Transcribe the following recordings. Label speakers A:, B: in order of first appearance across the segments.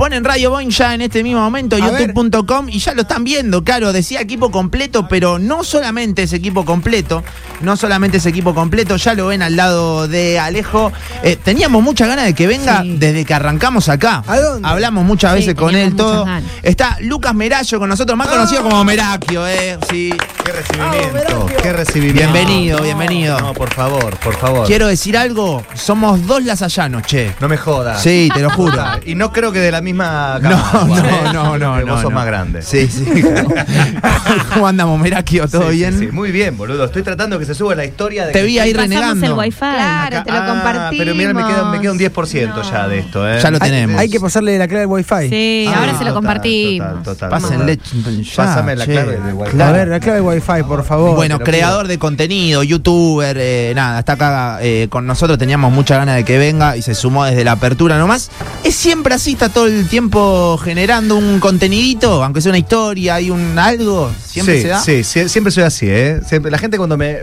A: Ponen Radio Boing ya en este mismo momento, youtube.com, y ya lo están viendo, claro. Decía equipo completo, pero no solamente es equipo completo, no solamente es equipo completo, ya lo ven al lado de Alejo. Eh, teníamos muchas ganas de que venga
B: Sí.
A: desde que arrancamos acá.
C: ¿A dónde?
A: Hablamos muchas
B: Sí,
A: veces con él,
B: teníamos muchas
A: todo.
B: ganas. Ah.
A: Está Lucas Merallo con nosotros, más conocido como Meracchio, ¿eh? Sí.
D: Ah,
E: Qué recibimiento,
C: Verocchio.
E: qué recibimiento.
A: Bienvenido, bienvenido.
E: No, por favor, por favor.
A: Quiero decir algo, somos dos lasallanos, che.
E: No me jodas.
A: Sí, te lo juro.
E: Y no creo que de la misma
A: No,
E: cama. igual,
A: Ah, no, no,
E: ¿eh?
A: no,
E: Porque
A: no,
E: Vos sos
A: no.
E: más grande.
A: Sí, sí. ¿Cómo andamos, Merakio?
E: Sí,
A: ¿Todo
E: sí,
A: bien?
E: sí. Muy bien, boludo. Estoy tratando que se suba la historia de
A: Te
E: que-
A: vi ahí
B: Pasamos el
A: renegando.
B: wifi.
D: Claro, te lo
E: Ah,
D: compartimos.
E: pero mira, me queda, me queda un 10% ya de esto, ¿eh?
A: Ya lo
C: Hay-
A: tenemos.
C: Hay, que pasarle la clave del wifi.
B: Sí,
E: Ah,
B: ahora se
E: total,
B: lo compartimos.
E: total, total,
A: Pásenle. ya,
E: Pásame la
A: che.
E: clave de Wi-Fi.
C: A ver, la clave del wifi, por favor.
A: Bueno, creador de contenido, youtuber, eh, nada, está acá eh, con nosotros, teníamos mucha ganas de que venga y se sumó desde la apertura nomás. Es siempre así, está todo el tiempo generando un contenidito, aunque sea una historia, hay un algo, siempre
E: sí,
A: se da.
E: Sí, sí, siempre soy así, ¿eh? Siempre, la gente cuando me.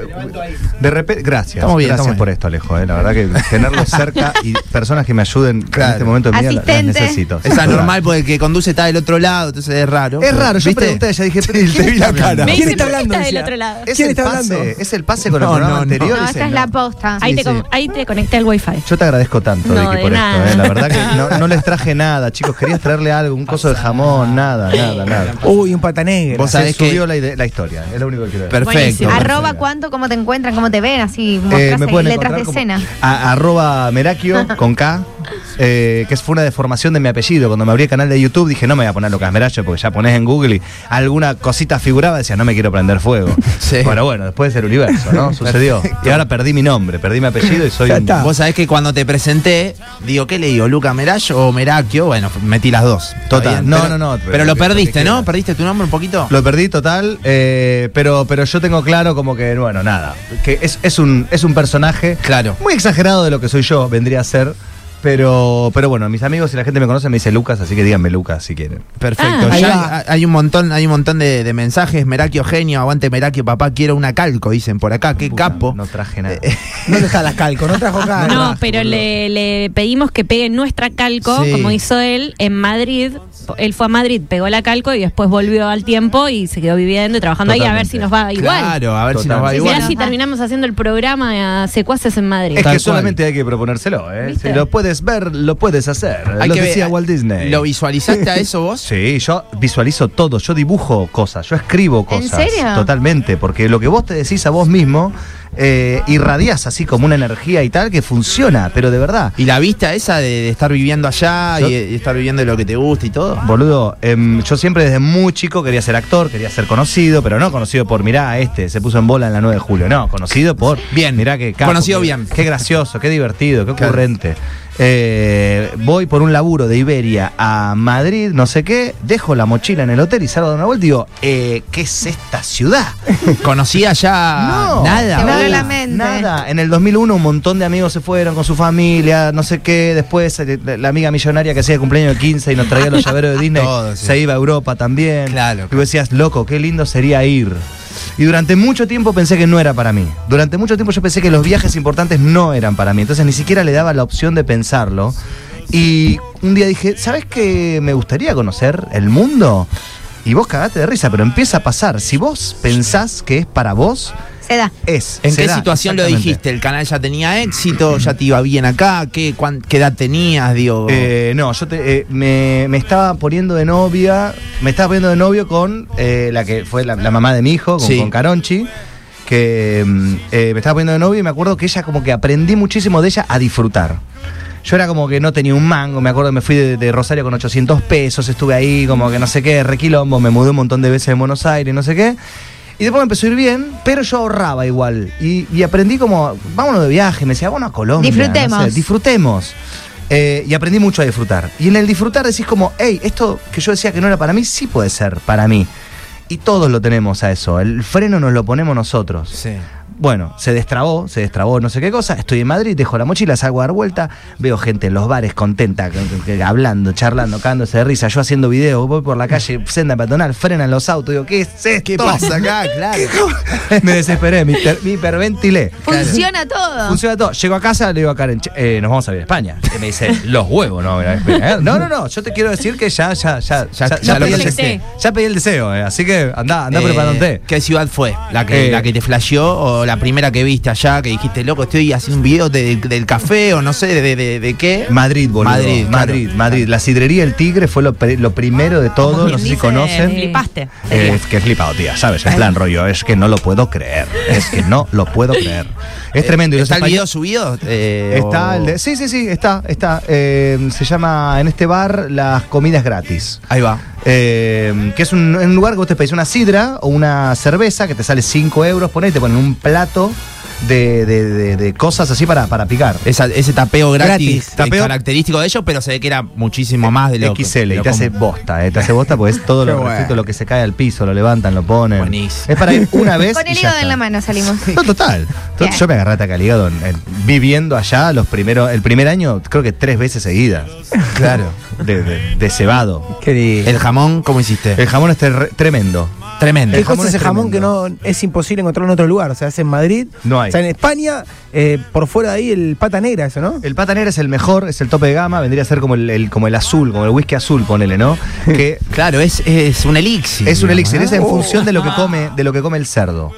E: De repente. Gracias.
A: Estamos bien,
E: gracias
A: estamos
E: por esto, Alejo, ¿eh? La verdad que tenerlo cerca y personas que me ayuden en este momento de mi vida las- las
D: Asistente.
E: necesito.
A: Es anormal porque el que conduce está del otro lado, entonces es raro.
E: Es raro, yo
A: ¿Viste?
E: pregunté, ella dije, pero te vi la cara.
B: Me
C: ¿Quién
B: dice
C: está
B: "¿Por qué
C: hablando?",
B: estás del
C: decía.
B: otro lado.
E: ¿Es
C: ¿Quién
E: el
C: está
E: pase?
C: hablando?
E: ¿Es el pase con
A: No,
E: el programa
A: no, no.
E: anterior?
D: No,
E: Dice,
D: esta es
E: no.
D: la posta.
B: Ahí,
A: Sí,
B: te con-
A: sí.
B: ahí te conecté al wifi.
E: Yo te agradezco tanto,
B: No,
E: Vicky,
B: de
E: por
B: nada.
E: esto. ¿eh? La verdad que no, no les traje nada, chicos. Querías traerle algo, un coso de jamón, nada, nada, nada.
C: Uy, un pata negra.
A: Vos
E: Se
A: sabés que-
E: subió la, ide- la historia, es lo único que quiero decir.
A: Perfecto.
B: Buenísimo.
D: Arroba cuánto, cómo te encuentran, cómo te ven,
E: Eh,
D: así mostrás ahí letras de escena.
E: a- arroba Merakio con K, eh, que es- fue una deformación de mi apellido. Cuando me abrí el canal de YouTube dije, no me voy a poner Lucas Merakio porque ya pones en Google y alguna cosita figuraba, decía, no me quiero prender fuego.
A: Sí.
E: Pero bueno, después del universo, ¿no? Sucedió. Y ahora perdí mi nombre, perdí mi apellido y soy
C: Ya
E: un-
C: está.
A: Vos sabés que cuando te presenté, digo, ¿qué le digo? ¿Luca Merallo o Merakio? Bueno, metí las dos.
E: Total.
A: Está bien,
E: No,
A: pero-
E: no, no,
A: Pero,
E: pero
A: lo
E: que-
A: perdiste,
E: que
A: ¿no?
E: queda.
A: ¿Perdiste tu nombre un poquito?
E: Lo perdí total, eh, pero, pero yo tengo claro como que, bueno, nada, que es, es, un, es un personaje
A: Claro.
E: muy exagerado de lo que soy yo, vendría a ser, pero, pero bueno, mis amigos y la gente me conoce me dice Lucas, así que díganme Lucas si quieren.
A: Perfecto.
B: Ah,
C: ahí
A: ya
C: va.
A: hay, hay un montón, hay un montón de, de mensajes. Merakio genio, aguante Merakio, papá, quiero una calco, dicen por acá, qué
E: Puta,
A: capo. Eh,
E: No traje nada.
C: No deja las calco, no trajo
E: Ah,
C: calco.
B: No, pero le, le pedimos que pegue nuestra calco,
A: Sí.
B: como hizo él, en Madrid. Él fue a Madrid, pegó la calco y después volvió al tiempo y se quedó viviendo y trabajando ahí a ver
E: Totalmente.
B: si nos va Ah, igual.
A: Claro, a ver si nos va
E: Totalmente.
B: Sí,
A: igual.
B: mirá si terminamos haciendo el programa a Secuaces en Madrid.
E: Es
A: Tal
E: que
A: cual.
E: solamente hay que proponérselo, ¿eh?
B: ¿Viste?
E: Si lo puedes ver, lo puedes hacer.
A: Hay
E: lo
A: que ver-
E: decía Walt Disney.
A: ¿Lo visualizaste a eso vos?
E: Sí, yo visualizo todo, yo dibujo cosas, yo escribo
D: ¿En
E: cosas.
D: serio?
E: Totalmente, porque lo que vos te decís a vos mismo, eh, irradias así como una energía y tal que funciona, pero de verdad.
A: ¿Y la vista esa de, de estar viviendo allá
E: Yo-
A: y, y estar viviendo de lo que te gusta y todo?
E: Boludo, em, yo siempre desde muy chico quería ser actor, quería ser conocido, pero no conocido por mirá a este, se puso en bola en la 9 de julio, no, conocido por
A: Bien.
E: mirá que
A: Conocido bien.
E: qué gracioso, qué divertido, qué
A: Claro.
E: ocurrente. Eh, voy por un laburo de Iberia a Madrid, no sé qué, dejo la mochila en el hotel y salgo de una vuelta y digo, eh, ¿qué es esta ciudad?
A: ¿Conocía ya
E: No,
A: nada?
D: Te
A: boludo.
D: vuelve la mente.
E: Nada. En el 2001 un montón de amigos se fueron con su familia, no sé qué. Después eh, la la amiga millonaria que hacía cumpleaños de 15 y nos traía los llaveros de Disney
A: Todo, sí.
E: se iba a Europa también.
A: Claro,
E: Y
A: claro.
E: vos decías, loco, qué lindo sería ir. Y durante mucho tiempo pensé que no era para mí. Durante mucho tiempo yo pensé que los viajes importantes no eran para mí. Entonces ni siquiera le daba la opción de pensarlo. Y un día dije, ¿sabes qué? Me gustaría conocer el mundo. Y vos cagaste de risa, pero empieza a pasar. Si vos pensás que es para vos,
D: Se da.
E: es.
A: ¿En
E: se
A: qué
E: da,
A: situación lo
E: exactamente.
A: dijiste? ¿El canal ya tenía éxito? ¿Ya te iba bien acá? ¿Qué, cuán- qué edad tenías? Digo,
E: Eh, no, yo te- eh, me, me estaba poniendo de novia, me estaba poniendo de novio con eh, la que fue la, la mamá de mi hijo, con,
A: Sí.
E: con Caronchi, que mm, eh, me estaba poniendo de novio y me acuerdo que ella como que aprendí muchísimo de ella a disfrutar. Yo era como que no tenía un mango, me acuerdo que me fui de, de Rosario con 800 pesos, estuve ahí como que no sé qué, requilombo, me mudé un montón de veces en Buenos Aires, no sé qué. Y después me empezó a ir bien, pero yo ahorraba igual. Y, y aprendí como, vámonos de viaje, me decía, vámonos a Colombia. no sé,
D: Disfrutemos.
E: disfrutemos. Eh, y aprendí mucho a disfrutar. Y en el disfrutar decís como, hey, esto que yo decía que no era para mí, sí puede ser para mí. Y todos lo tenemos a eso. El freno nos lo ponemos nosotros.
A: sí.
E: Bueno, se destrabó, se destrabó no sé qué cosa. Estoy en Madrid, dejo la mochila, salgo a dar vuelta, veo gente en los bares contenta, que- que- que hablando, charlando, cagándose de risa, yo haciendo videos, voy por la calle, senda peatonal, frenan los autos, digo, ¿qué es esto?
A: ¿Qué pasa acá? Claro.
E: me desesperé, me, hiper- me hiperventilé.
D: Funciona todo.
E: Funciona todo. Llego a casa, le digo a Karen, "Che, eh, nos vamos a ir a España. Y me dice, los huevos, no, mira, mira, eh. no, no, no, yo te quiero decir que ya, ya, ya,
A: Ya-
E: ya,
A: ya lo
E: pedí, el,
B: proyecté.
E: ya pedí el deseo, eh, así que anda, anda
A: Eh,
E: preparándote.
A: ¿Qué ciudad fue? ¿La que,
E: Eh.
A: ¿La que te flasheó o la primera que viste allá que dijiste, loco, estoy haciendo un video de- del café o no sé, de, de- de qué?
E: Madrid, boludo.
A: Madrid,
E: Madrid,
A: claro.
E: Madrid, Madrid. La sidrería El Tigre fue lo, pri- lo primero de todo, no sé si conocen.
F: Flipaste.
E: Eh, Es que he flipado, tía, ¿sabes? En plan rollo, es que no lo puedo creer. Es que no lo puedo creer. Es tremendo. y los
A: ¿Está el
E: españoles-
A: video subido? Eh, o-
E: Está el de- Sí, sí, sí, está, está. Eh, se llama en este bar Las Comidas Gratis.
A: Ahí va.
E: Eh, que es un, un lugar que vos te pedís una sidra o una cerveza que te sale 5 euros, ponés, y te ponen un plato de, de- de- de cosas así para, para picar.
A: Esa- ese tapeo gratis,
E: Gratis.
A: eh,
E: Tapeo-
A: característico de ellos, pero se ve que era muchísimo más de lo que-
E: XL, y
A: lo
E: te hace
A: como-
E: bosta, eh, te hace bosta porque es todo
C: Qué
E: lo,
C: bueno.
E: refrito, lo que se cae al piso, lo levantan, lo ponen.
A: Buenísimo.
E: Es para ir una vez.
D: Con
E: y
D: el
E: ya
D: hígado en
E: está.
D: la mano salimos.
E: No, total. To-
D: Bien.
E: Yo me agarré ataque al hígado en- en- viviendo allá los primeros, el primer año, creo que tres veces seguidas. Claro. De, de- de cebado.
C: Qué lindo.
A: El jamón, ¿cómo hiciste?
E: El jamón es ter- tremendo.
A: Tremendo.
C: Hay
E: Eh, el jamón
C: cosas
E: es
C: ese jamón que
E: tremendo.
C: no es imposible encontrar en otro lugar. O sea, es en Madrid.
E: No hay.
C: O sea, en España, eh, por fuera de ahí, el pata negra, eso, ¿no?
E: El pata negra es el mejor, es el tope de gama, vendría a ser como el, el- como el azul, como el whisky azul, ponele, ¿no? Que
A: Claro, es, es un elixir.
E: es un
A: digamos,
E: elixir,
A: ¿no?
E: es en función de lo que come, de lo que come el cerdo.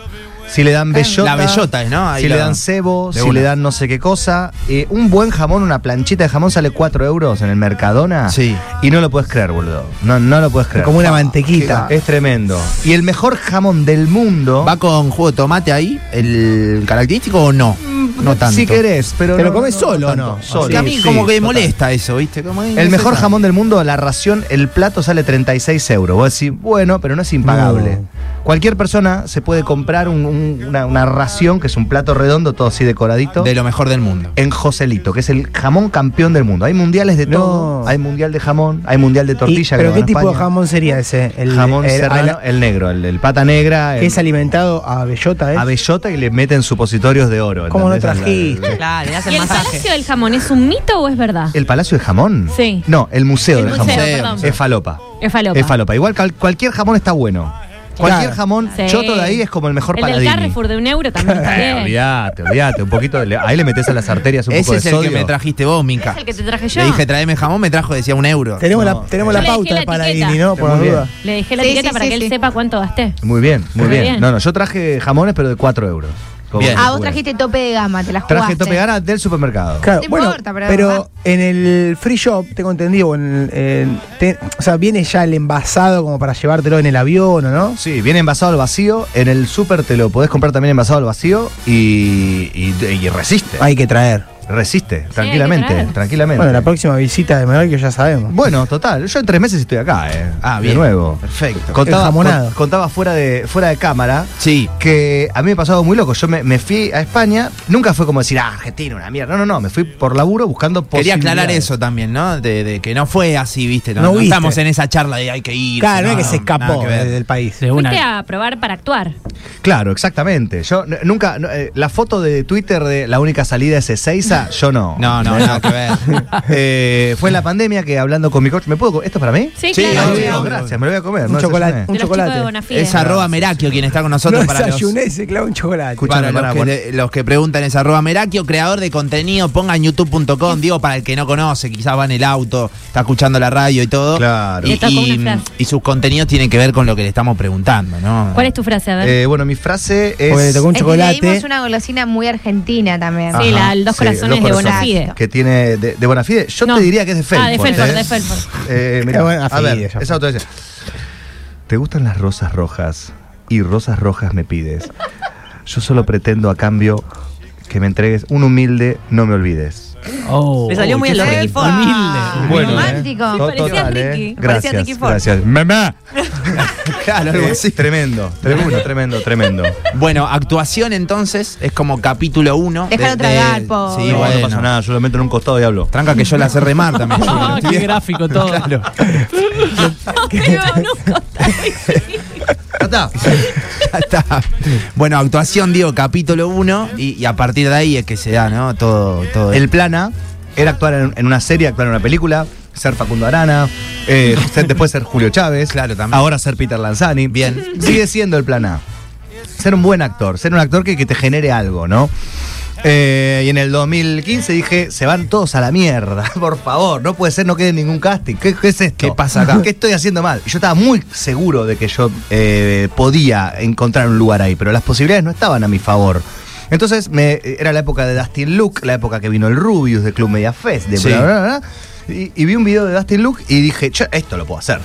E: Si le dan bellota.
A: Ah, La bellota es, ¿no? Ahí
E: si
A: la-
E: le dan cebo,
A: de
E: si
A: una.
E: le dan no sé qué cosa. Eh, un buen jamón, una planchita de jamón sale 4 euros en el Mercadona.
A: Sí.
E: Y no lo puedes creer, boludo. No, no lo puedes creer.
C: Como una
E: Ah,
C: mantequita.
E: Es tremendo. Y el mejor jamón del mundo.
A: ¿Va con jugo de tomate ahí, el característico o no? No tanto.
E: Mm, Si querés, pero.
C: Te lo
E: no-
C: comes
E: no-
C: solo,
E: no,
C: ¿no?
E: no, solo.
A: Porque a mí
E: Sí,
A: como que
E: total.
A: molesta eso, ¿viste? Como, eh,
E: El
A: no
E: mejor
A: sé
E: jamón del mundo, la ración, el plato sale 36 euros. Vos decís, bueno, pero no es impagable.
C: No.
E: Cualquier persona se puede comprar un- un- una, una ración, que es un plato redondo, todo así decoradito,
A: tanto. De lo mejor del mundo.
E: en Joselito, que es el jamón campeón del mundo. Hay mundiales de
C: No.
E: todo, hay mundial de jamón, hay mundial de
C: Y-
E: tortilla. que
C: ¿Pero
E: lo
C: qué
E: ganó
C: tipo de
E: España.
C: jamón sería ese? El,
E: jamón
C: el-
E: serrano,
C: ala-
E: el negro, el, el pata negra,
C: que
E: el
C: es alimentado a bellota, ¿eh?
E: a bellota y le meten supositorios de oro.
C: ¿Cómo no
E: ¿entendés?
C: trajiste?
E: El-
F: Claro, le das
B: ¿Y
F: el
B: el
F: masaje.
B: Palacio del Jamón es un mito o es verdad?
E: ¿El Palacio de Jamón?
B: Sí.
E: No, el Museo
B: El
E: del
B: museo,
E: Jamón.
B: perdón.
E: Es falopa.
B: Es falopa.
E: Es falopa. Igual cal- cualquier jamón está bueno. Cualquier
C: Claro.
E: jamón
B: Sí.
E: choto de ahí es como el mejor
B: El del
E: paladini.
B: Carrefour de un euro también está
E: Eh,
B: bien.
E: olvídate, olvídate. Un poquito, de le- ahí le metes a las arterias un
A: Ese
E: poco de
A: es el
E: sodio.
A: que me trajiste vos, Minka.
B: Es el que te traje yo.
A: Le dije, traeme jamón, me trajo, decía un euro.
C: Tenemos
E: No.
C: la,
B: Yo
C: tenemos la
B: le dejé
C: pauta
B: la
C: de Paladini,
B: etiqueta.
C: ¿no? Por
E: Muy
C: las
E: bien.
C: dudas.
B: Le dejé la
D: Sí,
B: etiqueta
D: sí,
B: para
D: sí,
B: que él
D: sí.
B: sepa cuánto gasté.
E: Muy bien, muy,
B: Muy
E: bien.
B: bien.
E: No, no, yo traje jamones, pero de 4 euros. Como-
A: Bien.
D: Ah, vos trajiste tope de gama, te la jugaste.
E: Traje tope gana del supermercado.
C: Claro,
D: No
C: bueno,
D: importa, pero
C: pero,
D: va.
C: en el free shop, tengo entendido, o en, en- te- o sea, viene ya el envasado como para llevártelo en el avión, ¿o no?
E: Sí, viene envasado al vacío. En el super te lo podés comprar también envasado al vacío y, y- y resiste.
C: Hay que traer.
E: Resiste,
B: que
E: tranquilamente,
B: traer.
E: tranquilamente.
C: Bueno, la próxima visita de Manuel que ya sabemos.
E: Bueno, total, yo en tres meses estoy acá, eh.
A: Ah,
E: De
A: bien.
E: nuevo.
A: Perfecto.
C: El
E: Contaba,
C: jamonado.
E: con- contaba fuera de, fuera de cámara
A: Sí.
E: que a mí me pasó algo muy loco. Yo me, me fui a España, nunca fue como decir, ah, Argentina, una mierda. No, no, no, me fui por laburo buscando
A: Quería aclarar
E: posibilidades.
A: eso también, ¿no? De, de que no fue así, ¿viste? No,
C: No
A: no
C: viste.
A: estamos en esa charla de hay que ir.
C: claro, no es que se escapó del país.
G: De
B: Fuiste
G: una.
B: a probar para actuar.
E: Claro, exactamente. Yo n- nunca. no, eh, la foto de Twitter de la única salida es Ezeiza, yo no.
A: No, no, nada que ver.
E: Eh, fue en la pandemia que hablando con mi coach, ¿me puedo co- ¿Esto es para mí?
B: Sí,
A: Sí,
B: claro.
A: obvio,
B: de
A: obvio.
E: gracias, me lo voy a comer.
C: Un
E: no
C: chocolate.
E: desayuné.
C: Un
B: los
C: chocolate.
B: chicos de Bonafide.
A: Es arroba Merakio quien está con nosotros
C: No
A: para los...
C: desayuné, se clavó un chocolate.
A: para
E: Escuchame,
A: los
E: pará,
A: que,
E: bueno.
A: le- los que preguntan es arroba Merakio, creador de contenido, pongan youtube.com, digo para el que no conoce, quizás va en el auto, está escuchando la radio y todo.
E: Claro.
A: Y,
B: Le tocó
A: y-
B: una frase.
A: y sus contenidos tienen que ver con lo que le estamos preguntando, ¿no?
B: ¿Cuál es tu frase? A ver.
E: Eh, bueno, mi frase es.
C: Porque le tocó un
D: Es que
C: chocolate.
D: Leímos una golosina muy argentina también.
E: Ah.
B: sí, la, el dos
E: sí,
B: corazones
E: dos
B: de
E: corazones.
B: Bonafide.
E: que tiene de, de Bonafide, yo
B: No.
E: te diría que es de Felford.
B: Ah, de Felford,
E: ¿eh?
B: de Felford.
E: Eh, mirá,
C: Es Bonafide,
E: a ver,
C: ya.
E: esa otra vez. ¿Te gustan las rosas rojas? Y rosas rojas me pides. Yo solo pretendo a cambio que me entregues un humilde, no me olvides.
G: Oh.
F: Le salió muy a
G: qué
F: los
G: fue-
F: Ricky Ford.
G: Humilde.
D: Bueno, romántico.
E: eh.
D: Sí,
E: To-
B: parecía
E: total, eh.
B: Ricky.
F: Parecía
E: Gracias,
F: Ricky Ford.
E: gracias. ¡Mamá!
A: Claro, algo
E: Eh,
A: así.
E: Tremendo, tremendo, tremendo, tremendo.
A: Bueno, actuación entonces es como capítulo 1.
D: Déjalo tragar, po.
A: Sí,
D: No,
A: bueno.
E: nada, yo lo meto en un costado y hablo.
A: Tranca que yo la sé remar también.
G: Ah, qué gráfico todo.
A: Claro.
B: No, pero nunca.
E: Está está.
A: Ya está. Bueno, actuación, digo, capítulo 1 y, y a partir de ahí es que se da, ¿no? Todo, todo.
E: El plan A era actuar en, en una serie, actuar en una película, ser Facundo Arana, eh, ser- después ser Julio Chávez,
A: Claro, también.
E: ahora ser Peter Lanzani.
A: Bien.
E: Sigue siendo el plan A. Ser un buen actor, ser un actor que, que te genere algo, ¿no? Eh, y en el 2015 dije, se van todos a la mierda, por favor, no puede ser, no quede ningún casting. ¿Qué, qué es esto?
A: ¿Qué pasa acá?
E: ¿Qué estoy haciendo mal? Yo estaba muy seguro de que yo eh, podía encontrar un lugar ahí, pero las posibilidades no estaban a mi favor. Entonces me, era la época de Dustin Luke, la época que vino el Rubius de Club Media Fest, de
A: Sí.
E: bla, bla, bla, bla, y, y vi un video de Dustin Luke y dije, "Che, esto lo puedo hacer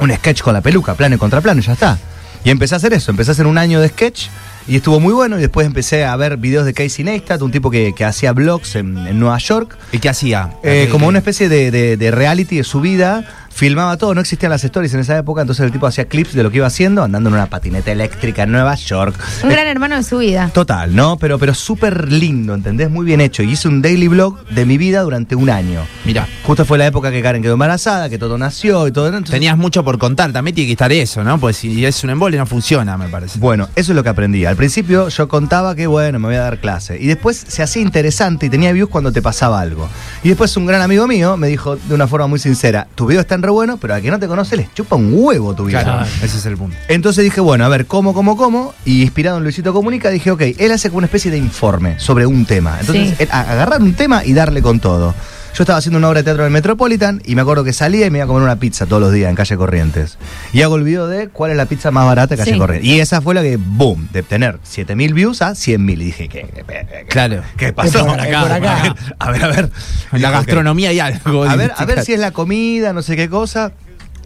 E: un sketch con la peluca, plano y contraplano, y ya está. Y empecé a hacer eso, empecé a hacer un año de sketch y estuvo muy bueno. Y después empecé a ver videos de Casey Neistat, un tipo que, que hacía blogs en, en Nueva York.
A: ¿Y qué hacía?
E: Eh,
A: Aquel-
E: como una especie de, de- de reality de su vida, filmaba todo, no existían las stories en esa época, entonces el tipo hacía clips de lo que iba haciendo, andando en una patineta eléctrica en Nueva York. Eh,
D: Un gran hermano de su vida.
E: Total, ¿no? Pero, pero súper lindo, ¿entendés? Muy bien hecho. Y hice un daily blog de mi vida durante un año.
A: Mirá,
E: Justo fue la época que Karen quedó embarazada, que Toto nació y todo. ¿no? Entonces,
A: tenías mucho por contar, también tiene que estar eso, ¿no? Pues si es un embole no funciona, me parece.
E: Bueno, eso es lo que aprendí. Al principio yo contaba que, bueno, me voy a dar clase. Y después se hacía interesante y tenía views cuando te pasaba algo. Y después un gran amigo mío me dijo de una forma muy sincera, tus videos están re buenos, pero a que no te conoce les chupa un huevo tu vida.
A: Claro, ese es el punto.
E: Entonces dije, bueno, a ver, ¿cómo, cómo, cómo? Y inspirado en Luisito Comunica, dije, ok, él hace como una especie de informe sobre un tema. Entonces,
B: Sí.
E: él- a- agarrar un tema y darle con todo. Yo estaba haciendo una obra de teatro en el Metropolitan y me acuerdo que salía y me iba a comer una pizza todos los días en Calle Corrientes. Y hago el video de cuál es la pizza más barata de Calle
B: Sí.
E: Corrientes. Y esa fue la que, boom, de tener 7.000 views a 100.000. Y dije, ¿qué, qué- Eh, qué-
A: Claro.
E: qué pasó?
C: Es por acá, es por acá.
E: A ver, a ver.
A: En la
E: Dije, ok.
A: gastronomía hay algo.
E: A ver, a ver
A: Claro.
E: si es la comida, no sé qué cosa.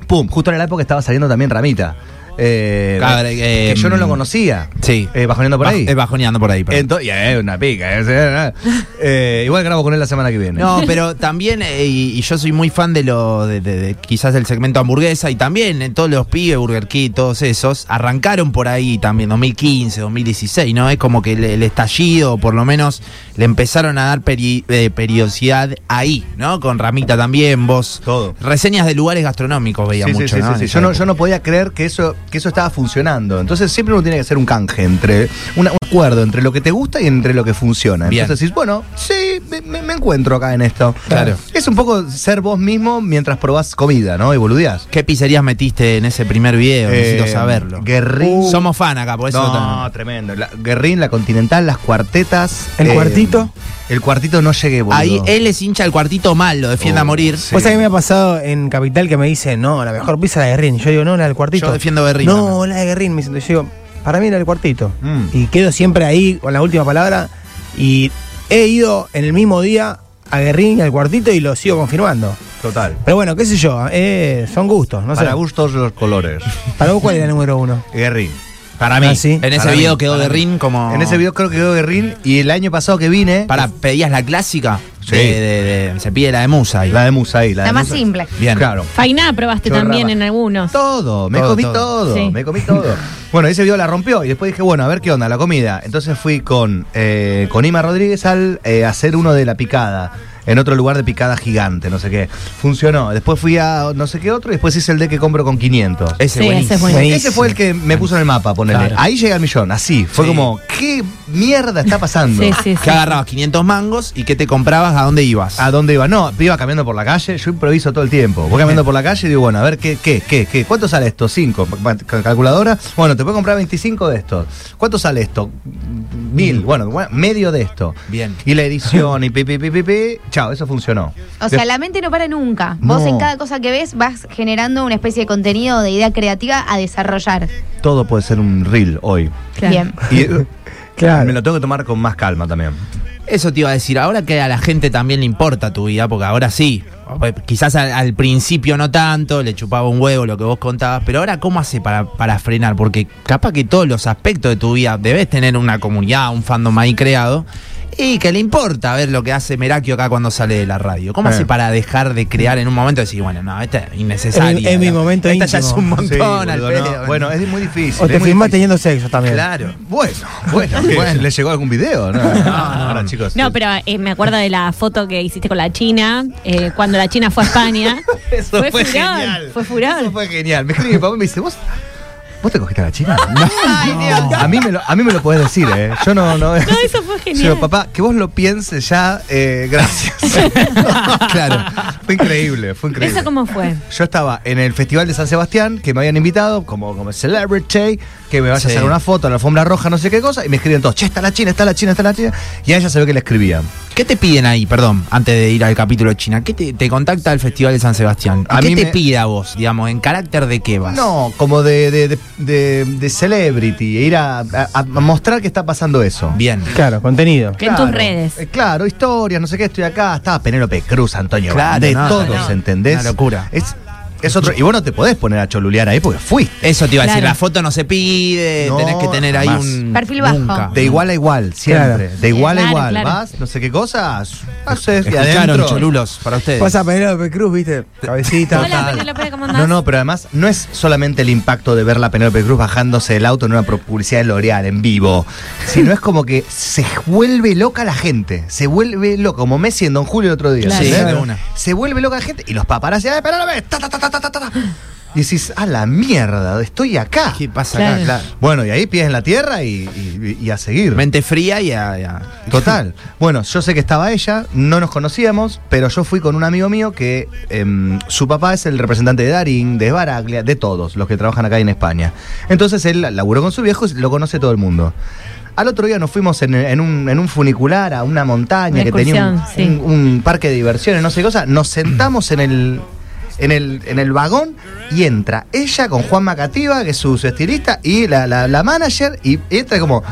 E: Pum, justo en la época estaba saliendo también Ramita. Eh,
A: Claro,
E: que
A: eh,
E: yo no lo conocía.
A: Sí.
E: Eh, bajoneando por
A: Baj-
E: ahí.
A: eh, bajoneando por ahí, perdón.
E: Ento- y es una pica. es- eh, eh, igual grabo con él la semana que viene.
A: No, pero también, eh, y, y yo soy muy fan de lo de, de- de quizás el segmento hamburguesa, y también en todos los pibes, Burger King, todos esos, arrancaron por ahí también, 2015, 2016, ¿no? Es como que el, el estallido, por lo menos, le empezaron a dar peri- eh, periodicidad ahí, ¿no? Con Ramita también, vos.
E: Todo.
A: Reseñas de lugares gastronómicos veía
E: Sí, sí,
A: mucho,
E: sí,
A: ¿no?
E: sí,
A: En
E: sí.
A: esa
E: Yo, no,
A: época.
E: yo no podía creer que eso, que eso estaba funcionando. Entonces siempre uno tiene que hacer un canje entre una- un acuerdo entre lo que te gusta y entre lo que funciona.
A: Bien.
E: Entonces decís, bueno, sí, me- me, me encuentro acá en esto.
A: Claro.
E: Es un poco ser vos mismo mientras probás comida, ¿no? Y boludeás.
A: ¿Qué pizzerías metiste en ese primer video? Necesito
E: Eh,
A: saberlo.
E: Guerrín.
A: Somos fan acá, por eso
E: Pues no,
A: también.
E: tremendo. La- Guerrín, la Continental, las cuartetas. eh,
C: ¿El cuartito?
E: El cuartito no llegué, boludo.
A: Ahí él es hincha del cuartito mal, lo defiende a
E: Oh,
A: morir.
E: sí.
C: Pues a mí me ha pasado en Capital que me dicen, no, la mejor pizza es la de Guerrín. Yo digo, no, la del cuartito.
A: Yo defiendo Guerrín
C: No,
A: también.
C: la de Guerrín. Me dicen, yo digo, para mí la del cuartito.
E: Mm.
C: Y quedo siempre ahí con la última palabra. Y he ido en el mismo día a Guerrín y al cuartito y lo sigo confirmando.
E: Total.
C: Pero bueno, qué sé yo, eh, son gustos, no
E: Para
C: sé.
E: gustos los colores.
C: Para vos, ¿cuál era el número uno?
E: Guerrín.
A: Para mí.
C: Ah, sí.
A: En ese
E: Para mí,
A: video quedó
E: para mí.
A: Guerrín como.
E: En ese video creo que quedó Guerrín. Y el año pasado que vine.
A: Para, pedías la clásica.
E: Sí.
A: De- de- de- se pide la de Musa. ahí.
E: La de Musa ahí. La,
D: La
E: de
D: más
E: Musa.
D: simple.
A: Bien.
E: Claro.
B: Fainá probaste
E: Chorraba.
B: también en algunos.
E: Todo, me
A: Todo,
E: comí
A: todo.
E: todo,
B: Sí.
E: me comí todo. Bueno, ese video la rompió y después dije, bueno, a ver qué onda, la comida. Entonces fui con, eh, con Ima Rodríguez al eh, hacer uno de la picada, en otro lugar de picada gigante, no sé qué. Funcionó. Después fui a no sé qué otro y después hice el de que compro con 500.
A: Ese
B: Sí,
A: buenísimo.
B: ese es buenísimo.
E: Ese fue el que me puso en el mapa, ponele.
A: Claro.
E: Ahí llega al millón, así. Fue
A: Sí.
E: como, ¿qué mierda está pasando?
B: Sí, sí,
A: Que
B: sí.
A: agarrabas 500 mangos y que te comprabas a dónde ibas.
E: ¿A dónde iba? No, iba caminando por la calle, yo improviso todo el tiempo. Voy caminando por la calle y digo, bueno, a ver, ¿qué, qué, qué, qué? ¿Cuánto sale esto? Cinco. Pa- pa- Con calculadora, bueno, te puedo comprar 25 de estos. ¿Cuánto sale esto? Mil. Bueno, bueno, medio de esto.
A: Bien.
E: Y la edición y pi, pi, pi, pi, pi. Chao, eso funcionó.
D: O sea, la mente no para nunca. Vos
E: No.
D: en cada cosa que ves vas generando una especie de contenido de idea creativa a desarrollar.
E: Todo puede ser un reel hoy.
B: Claro.
D: Bien.
E: Y eh, me lo tengo que tomar con más calma también.
A: Eso te iba a decir. Ahora que a la gente también le importa tu vida, porque ahora sí. Pues Quizás al, al principio no tanto, le chupaba un huevo lo que vos contabas, pero ahora ¿cómo hace para, para frenar? Porque capaz que todos los aspectos de tu vida debes tener una comunidad, un fandom ahí creado, y que le importa ver lo que hace Merakio acá cuando sale de la radio. ¿Cómo
E: Eh.
A: hace para dejar de crear en un momento y decir, bueno, no, esta es innecesaria?
C: Es mi- es mi
A: ¿no?
C: momento
A: Esta ya es
C: íntimo.
A: un montón
E: Sí,
A: al
E: boludo, no.
A: pedo.
E: Bueno, es muy difícil.
C: O te
E: es muy
C: filmás
E: difícil.
C: teniendo sexo también.
E: Claro. Bueno, bueno, ¿qué? ¿Le llegó algún video? No, no, no, ahora, chicos.
B: No, pero eh, me acuerdo de la foto que hiciste con la China, eh, cuando la China fue a España.
E: Eso fue,
B: furor,
E: genial.
B: Fue furor.
E: Eso fue genial. Me escribe mi papá y me dice, vos. ¿Vos te cogiste a la chica?
D: Ay, Dios.
E: A mí me lo, a mí me lo podés decir, ¿eh? Yo no. No,
B: No, eso fue genial.
E: Digo, papá, que vos lo pienses ya, eh, gracias. claro. Fue increíble, fue increíble.
B: ¿Eso cómo fue?
E: Yo estaba en el Festival de San Sebastián, que me habían invitado como, como celebrity, que me vas
A: Sí.
E: a hacer una foto, la alfombra roja, no sé qué cosa, y me escriben todos, che, está la China, está la China, está la China. Y a ella se ve que le escribían.
A: ¿Qué te piden ahí, perdón, antes de ir al capítulo de China? ¿Qué te, te contacta el Festival de San Sebastián?
E: A
A: ¿Qué
E: mí
A: te
E: me-
A: pide a vos, digamos, en carácter de qué vas?
E: No, como de, de, de, de- de celebrity, e ir a, a- a mostrar que está pasando eso.
A: Bien.
C: Claro, contenido.
B: En tus redes.
E: eh, claro, historias, no sé qué, estoy acá, estaba Penélope Cruz, Antonio
A: Claro,
E: Banderas,
A: no,
E: de todos,
A: no,
E: ¿entendés?
A: una locura.
E: Es, es otro, y vos no te podés poner a cholulear ahí porque fuiste.
A: Eso te iba a decir,
B: Claro.
A: la foto no se pide,
E: No,
A: tenés que tener ahí
E: jamás.
A: un...
D: Perfil bajo.
A: nunca.
E: De igual a igual, siempre.
C: Claro.
E: De igual a
B: Claro,
E: igual.
B: claro.
E: Vas, no sé qué cosas, haces y
A: Escucharon,
E: adentro.
A: cholulos, para ustedes.
C: Pasa a Penélope Cruz, viste, cabecita.
B: Hola,
C: tal.
B: Penélope, ¿cómo andás?
E: No, no, pero además no es solamente el impacto de ver la Penélope Cruz bajándose del auto en una pro- publicidad de L'Oreal en vivo, sino es como que se vuelve loca la gente, se vuelve loca, como Messi en Don Julio el otro día.
B: Claro.
E: ¿sí?
A: Sí, de una.
E: Se vuelve loca la gente y los paparazzi, ¡ay, Penélope! Ta, ta, ta, ta, ta, ta, ta". Y decís, ¡ah, la mierda! Estoy acá.
A: ¿Qué pasa Eh.
B: Claro.
A: acá? Claro.
E: Bueno, y ahí pies en la tierra y, y- y a seguir.
A: Mente fría y a... y a-
E: Total. Bueno, yo sé que estaba ella, no nos conocíamos, pero yo fui con un amigo mío que em, su papá es el representante de Darín, de Baraglia, de todos los que trabajan acá en España. Entonces él laburó con su viejo y lo conoce todo el mundo. Al otro día nos fuimos en, en un, en un funicular a una montaña
B: Una
E: que tenía un,
B: excursión, sí.
E: un- un parque de diversiones, no sé qué cosa. Nos sentamos en el, en el, en el vagón y entra ella con Juan Macativa, que es su, su estilista, y la, la, la manager, y entra como...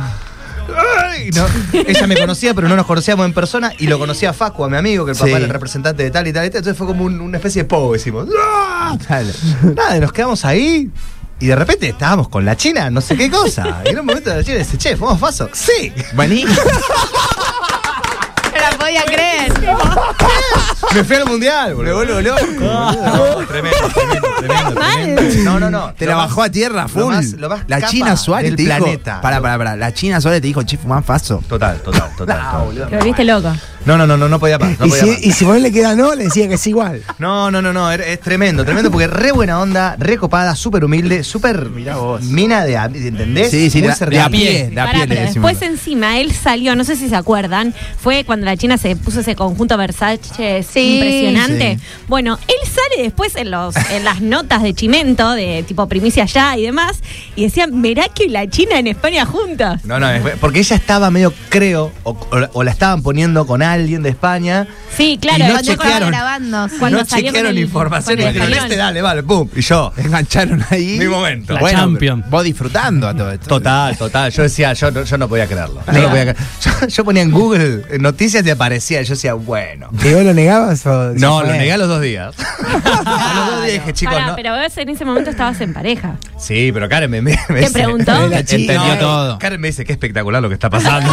E: "Ay", no. Ella me conocía, pero no nos conocíamos en persona, y lo conocía a Facu, a mi amigo, que el papá
A: Sí.
E: era el representante de tal y tal y tal. Entonces fue como un- una especie de pogo, decimos. "Ah". Nada, y nos quedamos ahí. Y de repente estábamos con la China, no sé qué cosa. Y en un momento la China dice, che, ¿fumamos faso? Sí.
A: Vení.
D: No la podía creer.
E: Me fui al mundial, boludo. Me vuelvo loco. tremendo, tremendo, tremendo,
B: Mal.
E: tremendo. No, no, no.
A: Te
E: Lo
A: la
E: más-
A: bajó a tierra, full.
E: lo más- lo más
A: la
E: capa
A: China Suárez
E: del
A: te dijo...
E: planeta.
A: Pará, pará, pará. La China Suárez te dijo, che, fumá faso.
E: Total, total, total. total.
B: Te volviste loco.
E: No, no, no, no, no podía parar. No
C: y,
E: podía
C: si,
E: más.
C: y si vos le queda no, le decía que es igual.
E: No, no, no, no, er, es, es tremendo, tremendo, porque re buena onda, re copada, súper humilde, súper mina de, a- ¿entendés?
A: Sí, sí,
E: Muy
A: de a-
E: cercana.
A: de a pie. La
B: Pará,
A: piel,
B: pero
A: le decimos.
B: después encima él salió, no sé si se acuerdan, fue cuando la China se puso ese conjunto Versace
D: Sí.
B: impresionante.
A: Sí.
B: Bueno, él sale después en los en las notas de Chimento, de tipo primicia ya y demás, y decían Merakio y la China en España juntas.
E: No, no, es- porque ella estaba medio, creo, o, o la- o la estaban poniendo con alguien de España.
B: Sí, claro,
E: Y no
B: cuando-
E: chequearon.
D: grabando. sí.
B: Cuando
E: no
B: salió
E: chequearon
B: con el-
E: información.
B: con el
E: dijeron,
B: español.
E: este, dale, vale, pum. Y yo,
A: Engancharon ahí.
E: Mi momento.
F: La Champion.
A: Vos disfrutando a todo esto.
E: Total, total. Yo decía, yo, no- yo no podía creerlo. Yo, no podía creer- yo, yo ponía en Google eh, noticias y aparecía. Yo decía, bueno.
C: ¿Y vos lo negabas? O,
E: No,
C: se
E: lo
C: fue?
E: negué a los dos días. a los dos días dije, chicos,
B: Pará,
E: no.
B: pero vos en ese momento estabas en pareja.
E: Sí, pero Karen me, me- me
B: ¿Te preguntó?
C: La chica.
A: Entendió todo.
E: Karen me dice, qué espectacular lo que está pasando.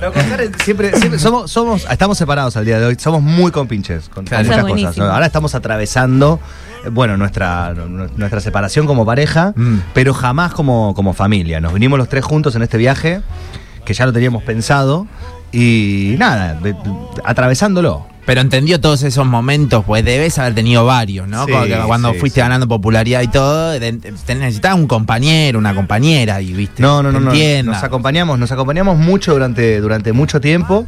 E: Loco, Karen, siempre, siempre somos, somos, estamos separados al día de hoy, somos muy compinches con, con
A: Claro.
E: muchas
B: Eso es
E: cosas.
B: buenísimo.
E: Ahora estamos atravesando, eh, bueno, nuestra, nu- nuestra separación como pareja,
A: Mm.
E: pero jamás como, como familia. Nos vinimos los tres juntos en este viaje, que ya lo teníamos pensado, y nada, de- atravesándolo.
A: Pero entendió todos esos momentos, pues debes haber tenido varios, ¿no?
E: Sí,
A: Como que cuando
E: sí,
A: fuiste
E: sí.
A: ganando popularidad y todo, de- te necesitabas un compañero, una compañera y viste.
E: No, no,
A: te
E: no, no.
A: Este, entienda.
E: Nos acompañamos, nos acompañamos mucho durante, durante mucho tiempo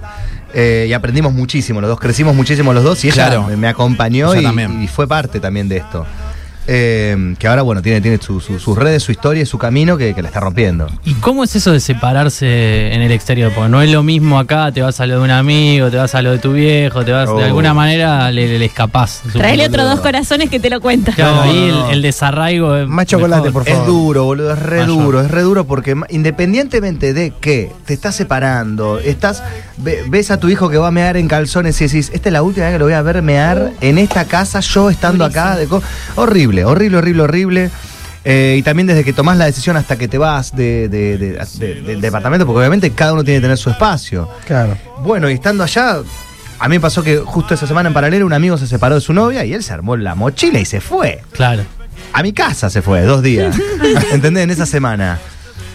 E: eh, y aprendimos muchísimo los dos, crecimos muchísimo los dos y ella
A: Claro.
E: me, me acompañó
A: Ella también.
E: y, y fue parte también de esto. Eh, que ahora, bueno, tiene, tiene su- su- sus redes, su historia y su camino que, que la está rompiendo.
F: ¿Y cómo es eso de separarse en el exterior? Porque no es lo mismo acá, te vas a lo de un amigo, te vas a lo de tu viejo, te vas.
E: Oh.
F: De alguna manera le, le- le escapás. supongo.
B: Traele otros dos corazones que te lo cuentan.
F: Claro,
E: No,
F: ahí
E: no, no.
F: El, el desarraigo. es
C: Más chocolate,
F: mejor.
C: por favor.
E: Es duro, boludo, es re
F: Vaya.
E: duro, es re duro porque ma- independientemente de que te estás separando, estás ve- ves a tu hijo que va a mear en calzones y decís, esta es la última vez que lo voy a ver mear en esta casa, yo estando acá. De co- horrible, horrible, horrible, horrible. Eh, y también desde que tomás la decisión hasta que te vas de- de- de- de- del departamento, porque obviamente cada uno tiene que tener su espacio.
C: Claro.
E: Bueno, y estando allá, a mí me pasó que justo esa semana en paralelo un amigo se separó de su novia y él se armó la mochila y se fue.
F: Claro.
E: A mi casa se fue, dos días. ¿Entendés? En esa semana.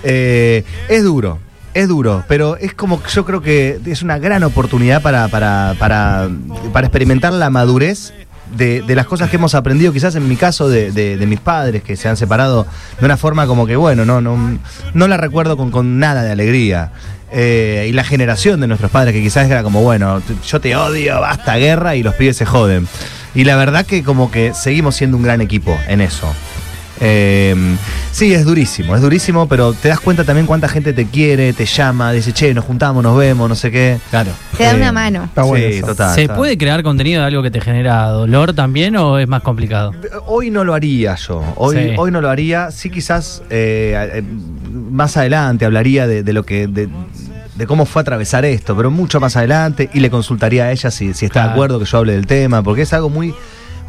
E: Eh, es duro, es duro, pero es como que yo creo que es una gran oportunidad para, para, para, para experimentar la madurez de, de las cosas que hemos aprendido, quizás en mi caso, de, de- de mis padres que se han separado de una forma como que, bueno, no, no, no la recuerdo con, con nada de alegría. Eh, y la generación de nuestros padres que quizás era como, bueno, t- yo te odio, basta guerra y los pibes se joden. Y la verdad que como que seguimos siendo un gran equipo en eso. Eh, sí, es durísimo, es durísimo, pero te das cuenta también cuánta gente te quiere, te llama, dice, che, nos juntamos, nos vemos, no sé qué.
F: Claro.
D: Te da
E: Eh,
D: una mano.
C: Está bueno
E: sí,
C: eso.
E: total,
F: ¿Se
E: está.
F: puede crear contenido de algo que te genera dolor también o es más complicado?
E: Hoy no lo haría yo, hoy,
F: Sí.
E: hoy no lo haría, sí quizás eh, eh, más adelante hablaría de, de lo que... De, de cómo fue atravesar esto, pero mucho más adelante y le consultaría a ella si, si está de
F: Claro.
E: acuerdo que yo hable del tema, porque es algo muy,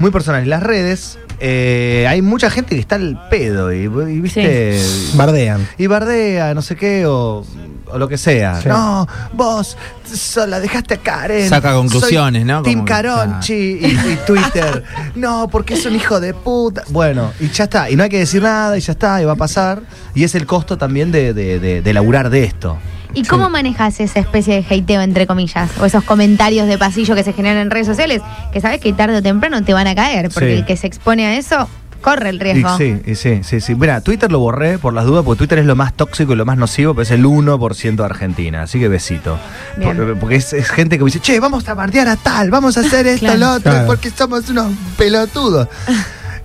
E: muy personal. En las redes eh, hay mucha gente que está al pedo y, y, viste...
C: Bardean.
E: y bardea, no sé qué, o, o lo que sea.
C: Sí.
E: No, vos sola dejaste a Karen.
A: Saca conclusiones,
E: Soy
A: ¿no?
E: Tim
A: Como que-
E: Caronchi y, y Twitter. no, porque es un hijo de puta. Bueno, y ya está. Y no hay que decir nada, y ya está, y va a pasar. Y es el costo también de, de, de- de laburar de esto.
D: ¿Y cómo manejas esa especie de hateo, entre comillas? O esos comentarios de pasillo que se generan en redes sociales, que sabes que tarde o temprano te van a caer, porque
E: Sí.
D: el que se expone a eso corre el
E: Y
D: riesgo.
E: sí, y sí, sí, sí. Mira, Twitter lo borré por las dudas, porque Twitter es lo más tóxico y lo más nocivo, pero es el 1% de Argentina. Así que besito.
D: Bien.
E: Por- eh, porque es, es gente que me dice, che, vamos a bardear a tal, vamos a hacer esto, lo otro,
C: Claro.
E: porque somos unos pelotudos.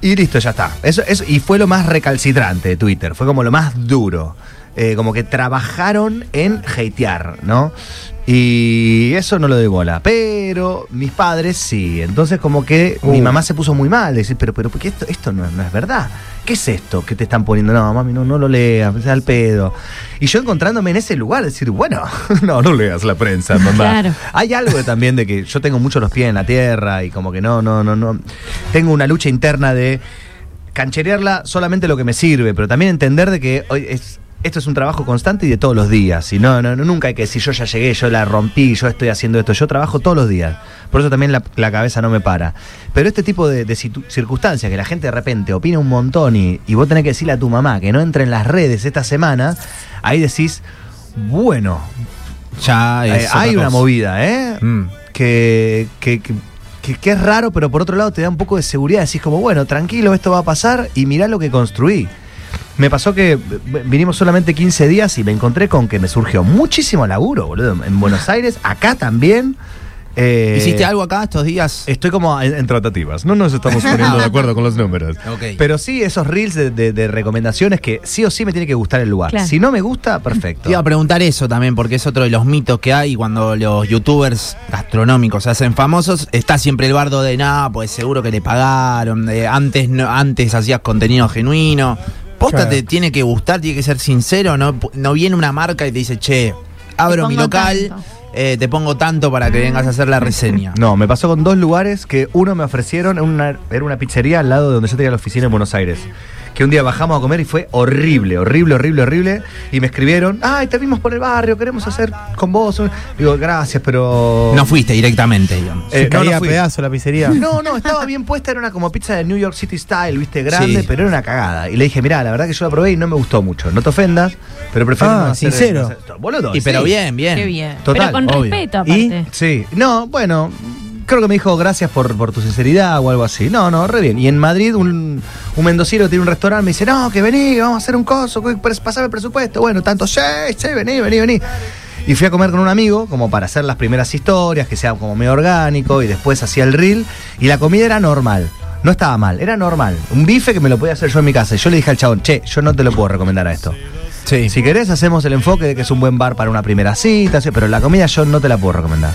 E: Y listo, ya está. Eso, eso, y fue lo más recalcitrante de Twitter, fue como lo más duro. Eh, como que trabajaron en hatear, ¿no? Y eso no lo doy bola. Pero mis padres sí. Entonces, como que mi
C: Uh.
E: mamá se puso muy mal. Decir, pero, pero, porque esto, esto no, no es verdad. ¿Qué es esto que te están poniendo? No, mami, no, no lo leas, es al pedo. Y yo encontrándome en ese lugar, decir, bueno, no, no leas la prensa, mamá.
B: Claro.
E: Hay algo también de que yo tengo mucho los pies en la tierra y como que no, no, no, no. Tengo una lucha interna de cancherearla solamente lo que me sirve, pero también entender de que hoy es, esto es un trabajo constante y de todos los días. Y no, no, no, nunca hay que decir yo ya llegué, yo la rompí, yo estoy haciendo esto. Yo trabajo todos los días. Por eso también la, la cabeza no me para. Pero este tipo de, de situ- circunstancias que la gente de repente opina un montón y, y vos tenés que decirle a tu mamá que no entre en las redes esta semana, ahí decís, bueno,
A: Ya es
E: eh,
A: otra
E: hay una
A: cosa.
E: movida, ¿eh?
A: Mm.
E: que, que, que, que- que es raro, pero por otro lado te da un poco de seguridad. Decís como, bueno, tranquilo, esto va a pasar y mirá lo que construí. Me pasó que eh, vinimos solamente 15 días y me encontré con que me surgió muchísimo laburo, boludo. En Buenos Aires, acá también. eh,
A: ¿Hiciste algo acá estos días?
E: Estoy como en, en tratativas. No nos estamos poniendo de acuerdo con los números.
A: Ok.
E: Pero sí, esos reels de, de- de recomendaciones que sí o sí me tiene que gustar el lugar.
B: Claro.
E: Si no me gusta, perfecto.
A: Te iba a preguntar eso también, porque es otro de los mitos que hay cuando los youtubers gastronómicos se hacen famosos. Está siempre el bardo de nada, pues seguro que le pagaron. de antes, no, antes hacías contenido genuino. Posta
C: Claro.
A: te tiene que gustar, tiene que ser sincero. No, no viene una marca y te dice, che, abro
D: Te
A: mi
D: pongo
A: local,
D: tanto".
A: eh, te pongo tanto para que vengas a hacer la reseña.
E: No, me pasó con dos lugares que uno me ofrecieron, en una, era una pizzería al lado de donde yo tenía la oficina en Buenos Aires. Que un día bajamos a comer y fue horrible, horrible, horrible, horrible. Y me escribieron, ay, te vimos por el barrio, queremos hacer con vos. un-". Digo, gracias, pero...
A: No fuiste directamente, digamos.
E: Eh,
C: se
E: no,
C: caía
E: no
C: a
E: fui.
C: pedazo la pizzería.
E: No, no, estaba bien puesta, era una como pizza de New York City Style, viste, grande,
A: Sí.
E: pero era una cagada. Y le dije, mirá, la verdad que yo la probé y no me gustó mucho. No te ofendas, pero prefiero...
C: Ah,
E: no hacer-
C: sincero.
E: no hacer- boludo,
A: y pero
E: sí.
A: bien, bien.
G: Qué bien.
E: Total,
B: Pero con
A: obvio.
B: respeto,
C: ¿Y?
B: aparte.
E: Sí, no, bueno, creo que me dijo gracias por, por tu sinceridad o algo así. No, no, re bien. Y en Madrid un, un mendocino tiene un restaurante, me dice, no, que vení, vamos a hacer un coso, que pres- pasame el presupuesto. Bueno, tanto, sí, sí, vení, vení, vení. Y fui a comer con un amigo, como para hacer las primeras historias, que sea como medio orgánico, y después hacía el reel, y la comida era normal. No estaba mal, era normal. Un bife que me lo podía hacer yo en mi casa. Y yo le dije al chabón, che, yo no te lo puedo recomendar a esto.
A: Sí.
E: Si querés, hacemos el enfoque de que es un buen bar para una primera cita, sí, pero la comida yo no te la puedo recomendar.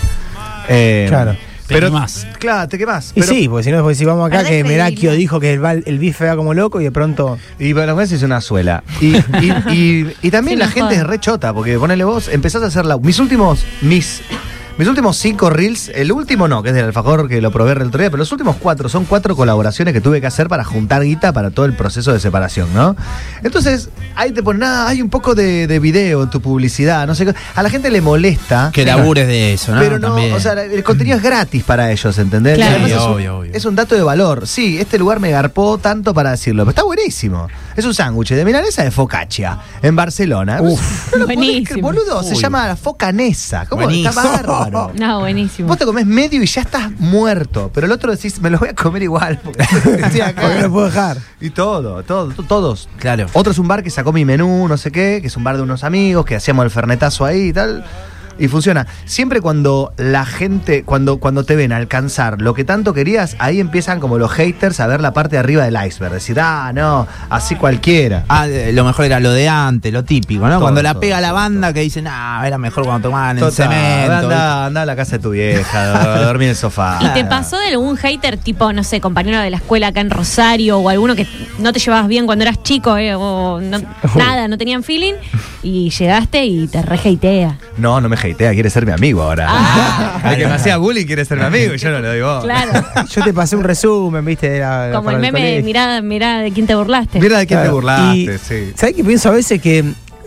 E: Eh,
C: Claro.
F: Te quemás.
E: Claro, te quemás.
C: Y
E: pero-
C: sí, porque si no, después si vamos acá,
D: Perdés
C: que Merakio
D: credibilidad.
C: dijo que el, bal- el bife va como loco y de pronto.
E: Y bueno, veces es una suela. Y, y- y- y también
B: Sí,
E: la
B: me
E: gente
B: joda.
E: es re chota, porque ponele vos, empezás a hacer la. Mis últimos. Mis. Mis últimos cinco reels, el último no, que es del alfajor que lo probé el otro día, pero los últimos cuatro son cuatro colaboraciones que tuve que hacer para juntar guita para todo el proceso de separación, ¿no? Entonces, ahí te ponen, ah, hay un poco de, de video en tu publicidad, no sé qué. A la gente le molesta.
A: Que labures de eso, ¿no?
E: Pero no,
A: También.
E: o sea, la- el contenido es gratis para ellos, ¿entendés?
B: Claro.
E: Y además
A: Sí,
E: es un-
A: obvio, obvio.
E: Es un dato de valor. Sí, este lugar me garpó tanto para decirlo, pero está buenísimo. Es un sándwich de milanesa de focaccia en Barcelona.
C: Uf.
E: No lo podés creer,
B: Buenísimo.
E: boludo, se
A: Uy.
E: llama la focanesa. ¿Cómo
A: Buenísimo.
E: está bárbaro?
B: No, buenísimo.
E: Vos te comés medio y ya estás muerto, pero el otro decís, me lo voy a comer igual. Porque estoy acá.
C: Porque no lo puedo dejar.
E: Y todo, todo, to- todos.
A: Claro.
E: Otro es un bar que sacó mi menú, no sé qué, que es un bar de unos amigos, que hacíamos el fernetazo ahí y tal. Y funciona. Siempre cuando la gente, cuando, cuando te ven alcanzar lo que tanto querías, ahí empiezan como los haters a ver la parte de arriba del iceberg. Decir, ah, no, así cualquiera.
A: Ah, de- lo mejor era lo de antes, lo típico, ¿no?
E: Todo,
A: cuando la
E: todo,
A: pega la
E: todo,
A: banda que dicen, ah, era mejor cuando tomaban el
E: Total,
A: cemento. ¿viste?
E: anda, anda a la casa de tu vieja, a dormir en el sofá.
B: ¿Y te pasó de algún hater tipo, no sé, compañero de la escuela acá en Rosario o alguno que no te llevabas bien cuando eras chico eh, o no- nada, no tenían feeling y llegaste y te rehatea?
E: No, no me hatea, quiere ser mi amigo ahora. El que me hacía bullying quiere ser mi amigo y yo no lo digo.
B: Ah. Claro,
C: Yo te pasé un resumen, viste, de la-
B: como
C: para
B: el meme de
C: colegio.
B: mirá, mirá de quién te burlaste.
E: Mira de quién te
C: Claro.
E: burlaste,
C: Y,
E: sí.
C: ¿Sabés qué pienso a veces? Que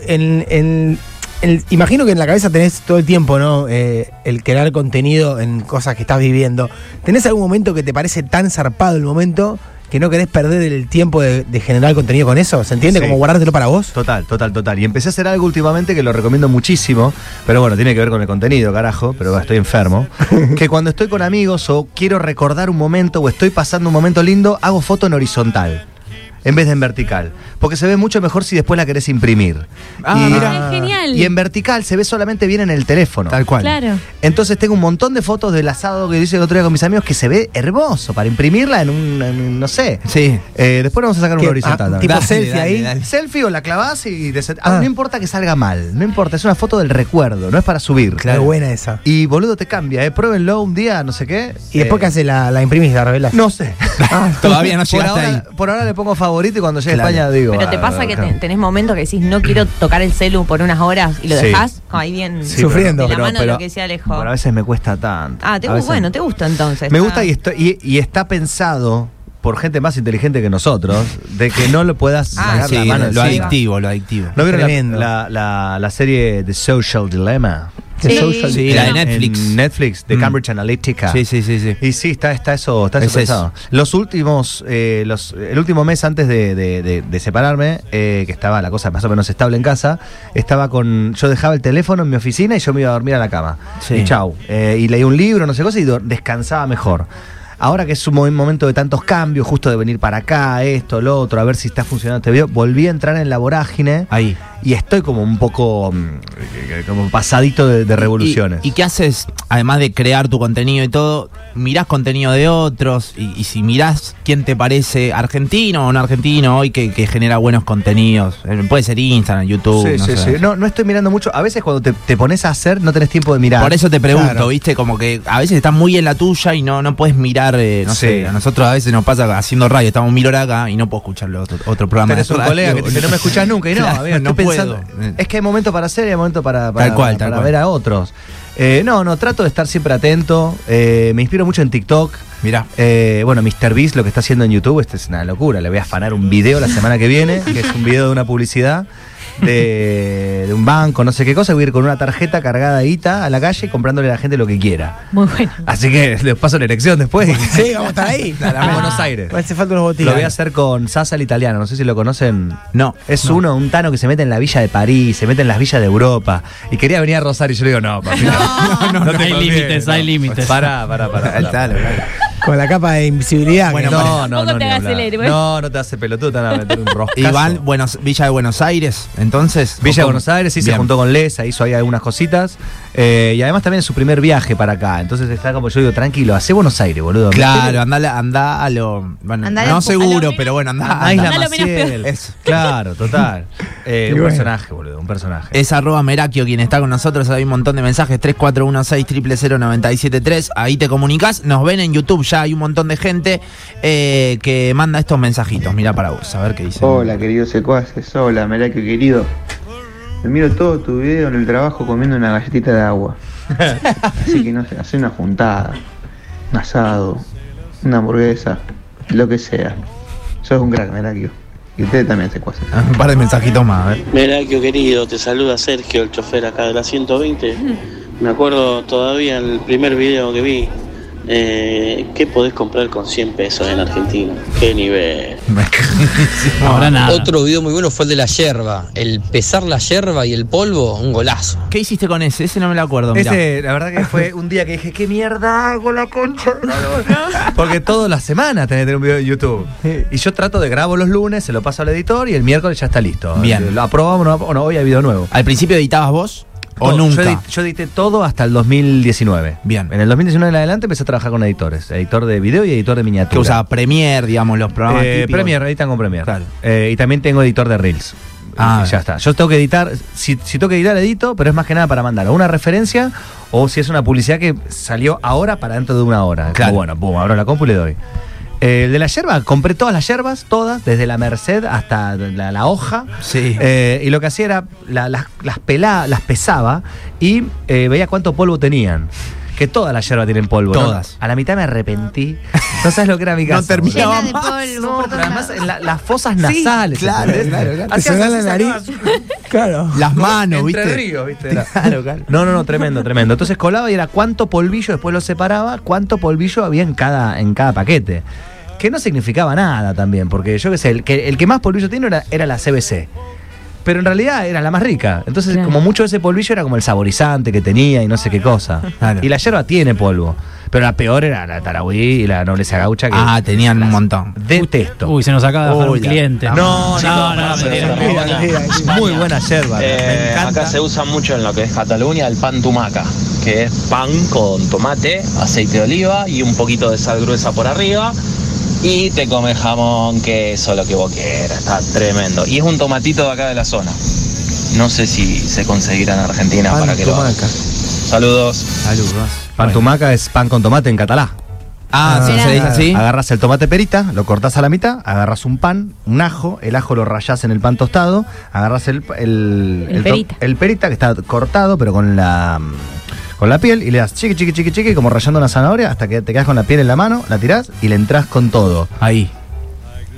C: en, en- en- imagino que en la cabeza tenés todo el tiempo, ¿no? Eh, el crear contenido en cosas que estás viviendo. ¿Tenés algún momento que te parece tan zarpado el momento que no querés perder el tiempo de, de generar contenido con eso? ¿Se entiende?
E: Sí.
C: Como guardártelo para vos.
E: Total, total, total. Y empecé a hacer algo últimamente que lo recomiendo muchísimo, pero bueno, tiene que ver con el contenido, carajo, pero estoy enfermo. que cuando estoy con amigos o quiero recordar un momento o estoy pasando un momento lindo, hago foto en horizontal. En vez de en vertical. Porque se ve mucho mejor si después la querés imprimir.
A: Ah,
E: y,
B: mira. Es genial.
E: y en vertical se ve solamente bien en el teléfono.
A: Tal cual.
B: Claro.
E: Entonces tengo un montón de fotos del asado que hice el otro día con mis amigos que se ve hermoso para imprimirla en un, en un- no sé.
A: Sí.
E: Eh, después vamos a sacar un
C: Que-
E: horizontal.
C: ah,
E: también.
C: tipo
A: Dale,
C: selfie
A: dale,
C: ahí.
A: dale.
E: Selfie o la clavás y te sent- Ah,
C: Ah.
E: no importa que salga mal, no importa, es una foto del recuerdo, no es para subir.
C: Qué buena esa.
E: Y boludo te cambia, eh, pruébenlo un día, no sé qué.
C: Y después que
E: Eh,
C: hace la, la imprimís, la revelás.
E: No sé.
A: Todavía no
E: por,
A: llegaste
E: ahora,
A: ahí.
E: por ahora le pongo favorito y cuando llegue
A: Claro.
E: a España digo.
G: Pero te
E: ah,
G: pasa que
E: claro.
G: te- tenés momentos que decís no quiero tocar el celu por unas horas y lo
E: Sí.
G: dejás como ahí bien
E: Sí,
C: Sufriendo.
G: de la
E: pero-
G: mano de
E: pero-
G: lo que decía Alejo.
E: Pero a veces me cuesta tanto.
G: ah, te,
E: A veces-
G: bueno, te gusta entonces.
E: Me
G: Ah.
E: gusta y, esto- y, y está pensado por gente más inteligente que nosotros de que no lo puedas
G: Ah,
E: sacar
A: Sí,
E: la mano
A: lo
E: encima.
A: adictivo, lo adictivo.
E: ¿No vieron
C: Tremendo.
E: la, la, la- la serie The Social Dilemma?
D: Sí.
A: Sí, la de Netflix.
E: En Netflix, de
A: Mm.
E: Cambridge Analytica.
A: Sí, sí, sí, sí.
E: Y sí, está, está eso, está eso
A: Es eso.
E: pensado. Los últimos, eh, los, el último mes antes de, de- de- de separarme, eh, que estaba la cosa más o menos estable en casa, estaba con, yo dejaba el teléfono en mi oficina y yo me iba a dormir a la cama.
A: Sí.
E: Y chau. Eh, y leí un libro, no sé cosa, y do- descansaba mejor. Ahora que es un mo- momento de tantos cambios, justo de venir para acá, esto, lo otro, a ver si está funcionando este video, volví a entrar en la vorágine
A: Ahí.
E: y estoy como un poco, mm, como pasadito de, de revoluciones.
A: ¿Y, y qué haces? Además de crear tu contenido y todo, mirás contenido de otros y, y si mirás quién te parece argentino o no argentino hoy que, que genera buenos contenidos. Eh, Puede ser Instagram, YouTube.
E: Sí,
A: no
E: sí,
A: sé.
E: sí. No, no estoy mirando mucho. A veces cuando te, te pones a hacer, no tenés tiempo de mirar.
A: Por eso te pregunto,
C: Claro.
A: ¿viste? Como que a veces estás muy en la tuya y no, no puedes mirar, eh, no
E: Sí.
A: sé, a nosotros a veces nos pasa haciendo radio, estamos mil horas acá y no puedo escuchar lo otro, otro programa.
E: Tenés
A: de
E: un
A: radio.
E: colega que te dice, no me escuchás nunca. Y no,
A: Claro,
E: amigo,
A: no
E: estoy
A: puedo.
E: pensando- Es que hay momento para hacer y hay momento para, para,
A: Tal cual, tal
E: para
A: cual.
E: ver a otros. Eh, no, no, trato de estar siempre atento. Eh, me inspiro mucho en TikTok.
A: Mirá.
E: Eh, bueno, Mr. Beast lo que está haciendo en YouTube, esta es una locura. Le voy a afanar un video la semana que viene, que es un video de una publicidad de, de un banco, no sé qué cosa. Voy a ir con una tarjeta cargada de guita a la calle comprándole a la gente lo que quiera.
B: Muy bueno.
E: Así que les paso la elección después.
C: Sí, vamos a estar ahí. pues,
E: Claramente. Buenos Aires.
C: Me hace falta unos
E: Lo
C: botines.
E: voy a hacer con Sasa el italiano, no sé si lo conocen.
A: No,
E: Es
A: no.
E: uno, un tano que se mete en la villa de París, se mete en las villas de Europa. Y quería venir a Rosario y yo le digo, no, papi, no. no, no, te
F: Hay
E: conviene,
F: límites,
E: no.
F: hay límites.
E: Pará, pará, pará. pará.
C: Con la capa de invisibilidad.
E: Bueno,
C: que-
E: Ah, no, no,
B: Tampoco
E: no,
B: te
E: ni
B: hagas
E: hablar.
B: el héroe.
E: no, no te hace pelotudo, te van a meter un roscazo.
A: Iván, Buenos, Villa de Buenos Aires, entonces.
E: Villa de
A: ¿O cómo?
E: Buenos Aires, sí, se
A: Bien.
E: juntó con Lesa, hizo ahí algunas cositas. Eh, y además también es su primer viaje para acá. Entonces está como yo digo, tranquilo, hace Buenos Aires, boludo.
A: Claro, anda, a lo. Bueno,
D: Andá a
A: no
D: lo-
B: a lo
A: seguro,
B: menos-
A: pero bueno, anda.
E: Ah, Isla
B: Andá lo menos
E: Maciel.
A: peor. Eso.
E: Claro, total. Eh,
C: Y
E: un
C: bueno.
E: personaje, boludo, un personaje.
A: Es arroba Merakio quien está con nosotros. Hay un montón de mensajes: 3416-000973. Ahí te comunicas. Nos ven en YouTube. Ya hay un montón de gente eh, que manda estos mensajitos. Mira para vos, a ver qué dice.
H: Hola queridos secuaces, hola Merakio querido. Me miro todo tu video en el trabajo comiendo una galletita de agua. Así que no sé, hace una juntada, un asado, una hamburguesa, lo que sea. Sos un crack, Merakio. Y ustedes también secuaces.
A: Un par de mensajitos más, a ver.
I: Merakio querido, te saluda Sergio, el chofer acá de la 120. Me acuerdo todavía el primer video que vi Eh, ¿Qué podés comprar con 100 pesos en Argentina? ¿Qué nivel?
F: No habrá nada.
J: Otro video muy bueno fue el de la yerba. El pesar la yerba y el polvo, un golazo.
A: ¿Qué hiciste con ese? Ese no me lo acuerdo. mirá.
E: Ese, la verdad que fue un día que dije, ¿qué mierda hago la concha? de la lora?" Porque todas las semanas tenés que tener un video de YouTube. Y yo trato de grabo los lunes, se lo paso al editor y el miércoles ya está listo. Eh,
A: Bien.
E: Lo aprobamos o no, o no, hoy hay video nuevo.
A: ¿Al principio editabas vos? ¿O
E: Todo.
A: nunca?
E: Yo edité, yo edité todo hasta el 2019.
A: Bien.
E: En el 2019 en adelante empecé a trabajar con editores. Editor de video y editor de miniatura.
A: que usaba Premiere, digamos, los programas
E: Eh,
A: típicos.
E: Premiere, editan con Premiere.
A: Claro.
E: Eh, y también tengo editor de Reels.
A: Ah,
E: Y ya está. Yo tengo que editar, si, si tengo que editar, edito, pero es más que nada para mandar o una referencia o si es una publicidad que salió ahora para dentro de una hora. Como,
A: Claro.
E: bueno, boom, abro la compu y le doy. Eh, el de la yerba, compré todas las yerbas, todas, desde la Merced hasta la, la hoja.
A: Sí.
E: Eh, y lo que hacía era, la- las, las, pelá- las pesaba y eh, veía cuánto polvo tenían. Que todas las yerbas tienen polvo. ¿no?
A: Todas.
E: A la mitad me arrepentí. No sabes lo que era mi casa.
A: terminaba
D: Llena de
A: más.
D: polvo.
E: Pero además en la- las fosas nasales.
A: claro,
E: ¿entendés?
A: claro, claro.
C: Te
E: Hacías
C: sonaba
E: así,
C: la
E: sacabas-
C: nariz. Claro.
A: Las manos,
E: Entre
A: ¿viste?
E: ríos, ¿viste? Era- No, no, no, tremendo, tremendo. Entonces colaba y era cuánto polvillo, después lo separaba, cuánto polvillo había en cada, en cada paquete. Que no significaba nada también, porque yo qué sé, el que, el que más polvillo tiene era, era la CBC. Pero en realidad era la más rica. Entonces,
B: Claro.
E: como mucho de ese polvillo era como el saborizante que tenía y no sé qué cosa.
A: Claro.
E: Y la yerba tiene polvo. Pero la peor era la tarahui y la nobleza gaucha que
A: Ah, tenían un montón.
E: detesto.
F: Uy, se nos acaba de bajar
A: Uy,
F: un
A: la-
F: cliente.
E: No,
F: no, no,
E: no,
F: mentira.
E: Muy buena yerba. me encanta.
J: Eh, acá se usa mucho en lo que es Cataluña el pan tumaca, que es pan con tomate, aceite de oliva y un poquito de sal gruesa por arriba. Y te comes jamón, queso, lo que vos quieras. Está tremendo. Y es un tomatito de acá de la zona. No sé si se conseguirá en Argentina para que lo hagas. Saludos.
A: Saludos.
E: Pan tumaca es pan con tomate en catalá.
A: Ah, sí, se dice así.
E: Agarras el tomate perita, lo cortás a la mitad, agarras un pan, un ajo, el ajo lo rayás en el pan tostado, agarras el, el,
B: El
E: to-
B: perita.
E: el perita que está cortado, pero con la con la piel, y le das chiqui, chiqui, chiqui, chiqui, como rayando una zanahoria, hasta que te quedas con la piel en la mano, la tirás y le entras con todo.
A: Ahí.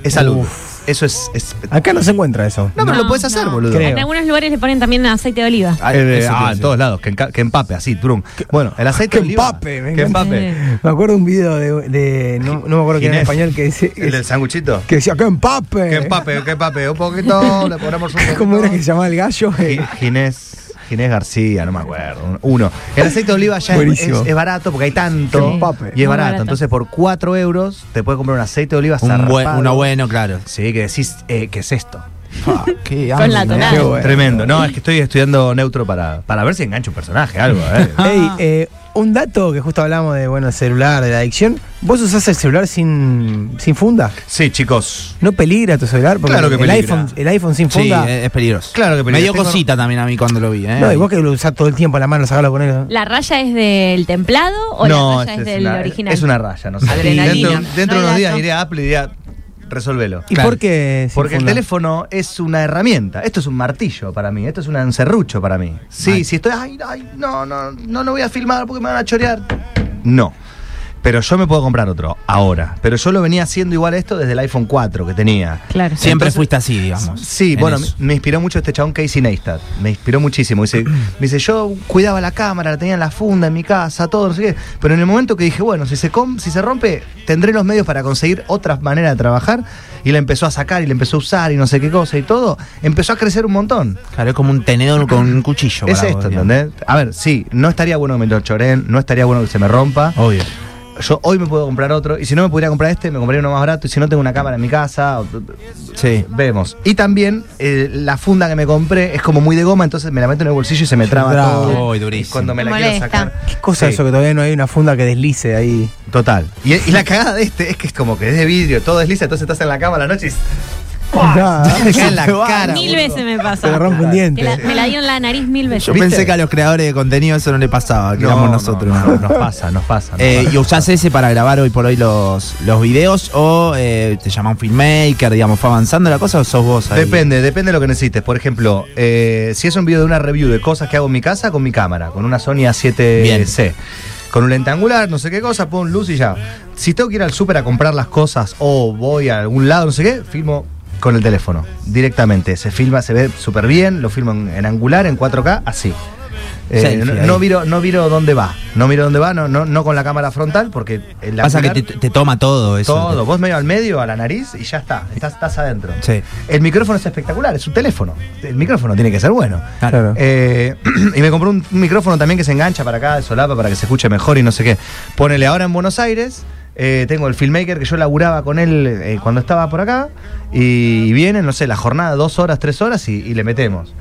E: Es salud. Eso es. es-
C: Acá no se encuentra eso.
E: no, pero
B: No,
E: lo puedes hacer,
B: no.
E: boludo.
C: Creo.
B: En algunos lugares le ponen también aceite de oliva.
E: Ah, eh, ah, en todos lados, que, enca- que empape, así, trum. Bueno, el aceite.
C: que
E: de oliva-
C: empape, me
E: que
C: encanta.
E: empape.
C: Me acuerdo un video de. de- no, no me acuerdo quién era en
E: Ginés.
C: español que decía.
E: El del sanguchito.
C: Que decía, ¡qué empape!
E: Que empape, que empape. Un poquito, le ponemos un poquito.
C: Eh. ¿Cómo era que se llamaba el gallo? Eh,
E: Gi- Ginés. Ginés García, no me acuerdo. un- Uno. El aceite de oliva ya es,
C: Buenísimo.
E: es- es barato porque hay tanto.
C: Que empape.
E: Y es
B: Muy
E: barato.
B: barato.
E: Entonces, por 4 euros te puedes comprar un aceite de oliva
A: Un
E: zarpado.
A: buen- uno bueno, claro.
E: Sí, que decís, eh, ¿qué es esto?
A: Qué ¿eh?
B: Con la
A: hambre,
B: tonada.
A: ¿no?
C: Qué bueno.
E: Tremendo. No, es que estoy estudiando neutro para, para ver si engancho un personaje, algo. a ver.
C: Ey, eh, un dato que justo hablamos de, bueno, el celular, de la adicción. ¿Vos usás el celular sin, sin funda?
E: Sí, chicos.
C: ¿No peligra tu celular? Porque
E: Claro que
C: el
E: peligra. eh,
C: iPhone, el iPhone sin
A: Sí,
C: funda.
A: eh, es es peligroso.
E: Claro que
A: Me
E: peligroso.
A: dio
E: Tengo-
A: cosita también a mí cuando lo vi, ¿eh?
C: no, y vos que lo usás todo el tiempo en la mano, sacalo con él.
B: ¿La raya es del templado o la raya es,
E: esa
B: del
E: una,
B: original?
E: este es una raya, no sé.
G: Adrenalina.
E: Dentro, dentro
G: No
E: de unos
G: hay
E: días
G: dato.
E: iré a Apple y diré, resolvelo.
C: ¿Y por qué? sin
E: Porque el
C: funda?
E: teléfono es una herramienta. Esto es un martillo para mí. Esto es un encerrucho para mí. Sí, si estoy. Ay, ay, no, no, no, no voy a filmar porque me van a chorear. No. Pero yo me puedo comprar otro ahora. Pero yo lo venía haciendo igual esto desde el iPhone 4 que tenía.
B: Claro.
A: Siempre
E: Entonces-
A: fuiste así, digamos.
E: Sí,
A: en
E: bueno,
A: eso.
E: me, me inspiró mucho este chabón Casey Neistat. Me inspiró muchísimo. Dice, me dice, yo cuidaba la cámara, la tenía en la funda, en mi casa, todo, no sé qué. Pero en el momento que dije, bueno, si se, com- si se rompe, tendré los medios para conseguir otras maneras de trabajar. Y la empezó a sacar y la empezó a usar y no sé qué cosa y todo. Empezó a crecer un montón.
A: Claro, es como un tenedor con un cuchillo.
E: es
A: para vos,
E: esto,
A: digamos.
E: ¿entendés? A ver, sí, no estaría bueno que me lo choreen, no estaría bueno que se me rompa.
A: Obvio.
E: Yo hoy me puedo comprar otro. Y si no me pudiera comprar este, me compraría uno más barato. Y si no tengo una cámara en mi casa, o-
A: Sí.
E: Vemos. Y también eh, la funda que me compré es como muy de goma, entonces me la meto en el bolsillo y se me traba
C: Bravo.
E: todo.
A: Uy,
E: Y
A: durísimo.
E: cuando me la
D: Me
E: quiero
D: molesta.
E: sacar.
C: ¿Qué cosa
E: Sí,
C: eso que todavía no hay una funda que deslice ahí?
E: Total. Y, y la cagada de este es que es como que es de vidrio, todo desliza, entonces estás en la cama a la noche y
C: Nada,
E: te cae en la cara.
B: Mil
E: boludo.
B: veces me
C: Ah, Se le
B: pasa.
C: rompe un
B: Que
C: diente.
B: la- me la dio en la nariz mil veces.
A: Yo
E: ¿Viste?
A: pensé que a los creadores de contenido eso no le pasaba, que
E: No,
A: éramos
E: no,
A: nosotros.
E: no, no, nos pasa, nos pasa. nos
A: Eh,
E: pasa.
A: ¿Y usás ese para grabar hoy por hoy los, los videos o eh, te llama un filmmaker, digamos, fue avanzando la cosa o sos vos ahí?
E: Depende, depende de lo que necesites. Por ejemplo, eh, si es un video de una review de cosas que hago en mi casa, con mi cámara, con una Sony A7C. Con un lente angular, no sé qué cosa, pon luz y ya. Si tengo que ir al súper a comprar las cosas o voy a algún lado, no sé qué, filmo con el teléfono directamente. Se filma, se ve súper bien, lo filmo en, en angular, en 4K, así. Eh,
A: Selfie
E: no,
A: ahí.
E: no miro, no miro dónde va. No miro dónde va, no, no, no con la cámara frontal, porque el
A: Pasa que
E: auricular-
A: te, te toma todo eso.
E: todo. Vos medio al medio, a la nariz y ya está. Estás, estás adentro.
A: Sí.
E: El micrófono es espectacular, es un teléfono. El micrófono tiene que ser bueno.
C: Claro.
E: Eh, y me compró un un micrófono también que se engancha para acá, de solapa, para que se escuche mejor y no sé qué. Ponele ahora en Buenos Aires. eh, tengo el filmmaker que yo laburaba con él eh, cuando estaba por acá. Y viene, no sé, la jornada, dos horas, tres horas y, y le metemos.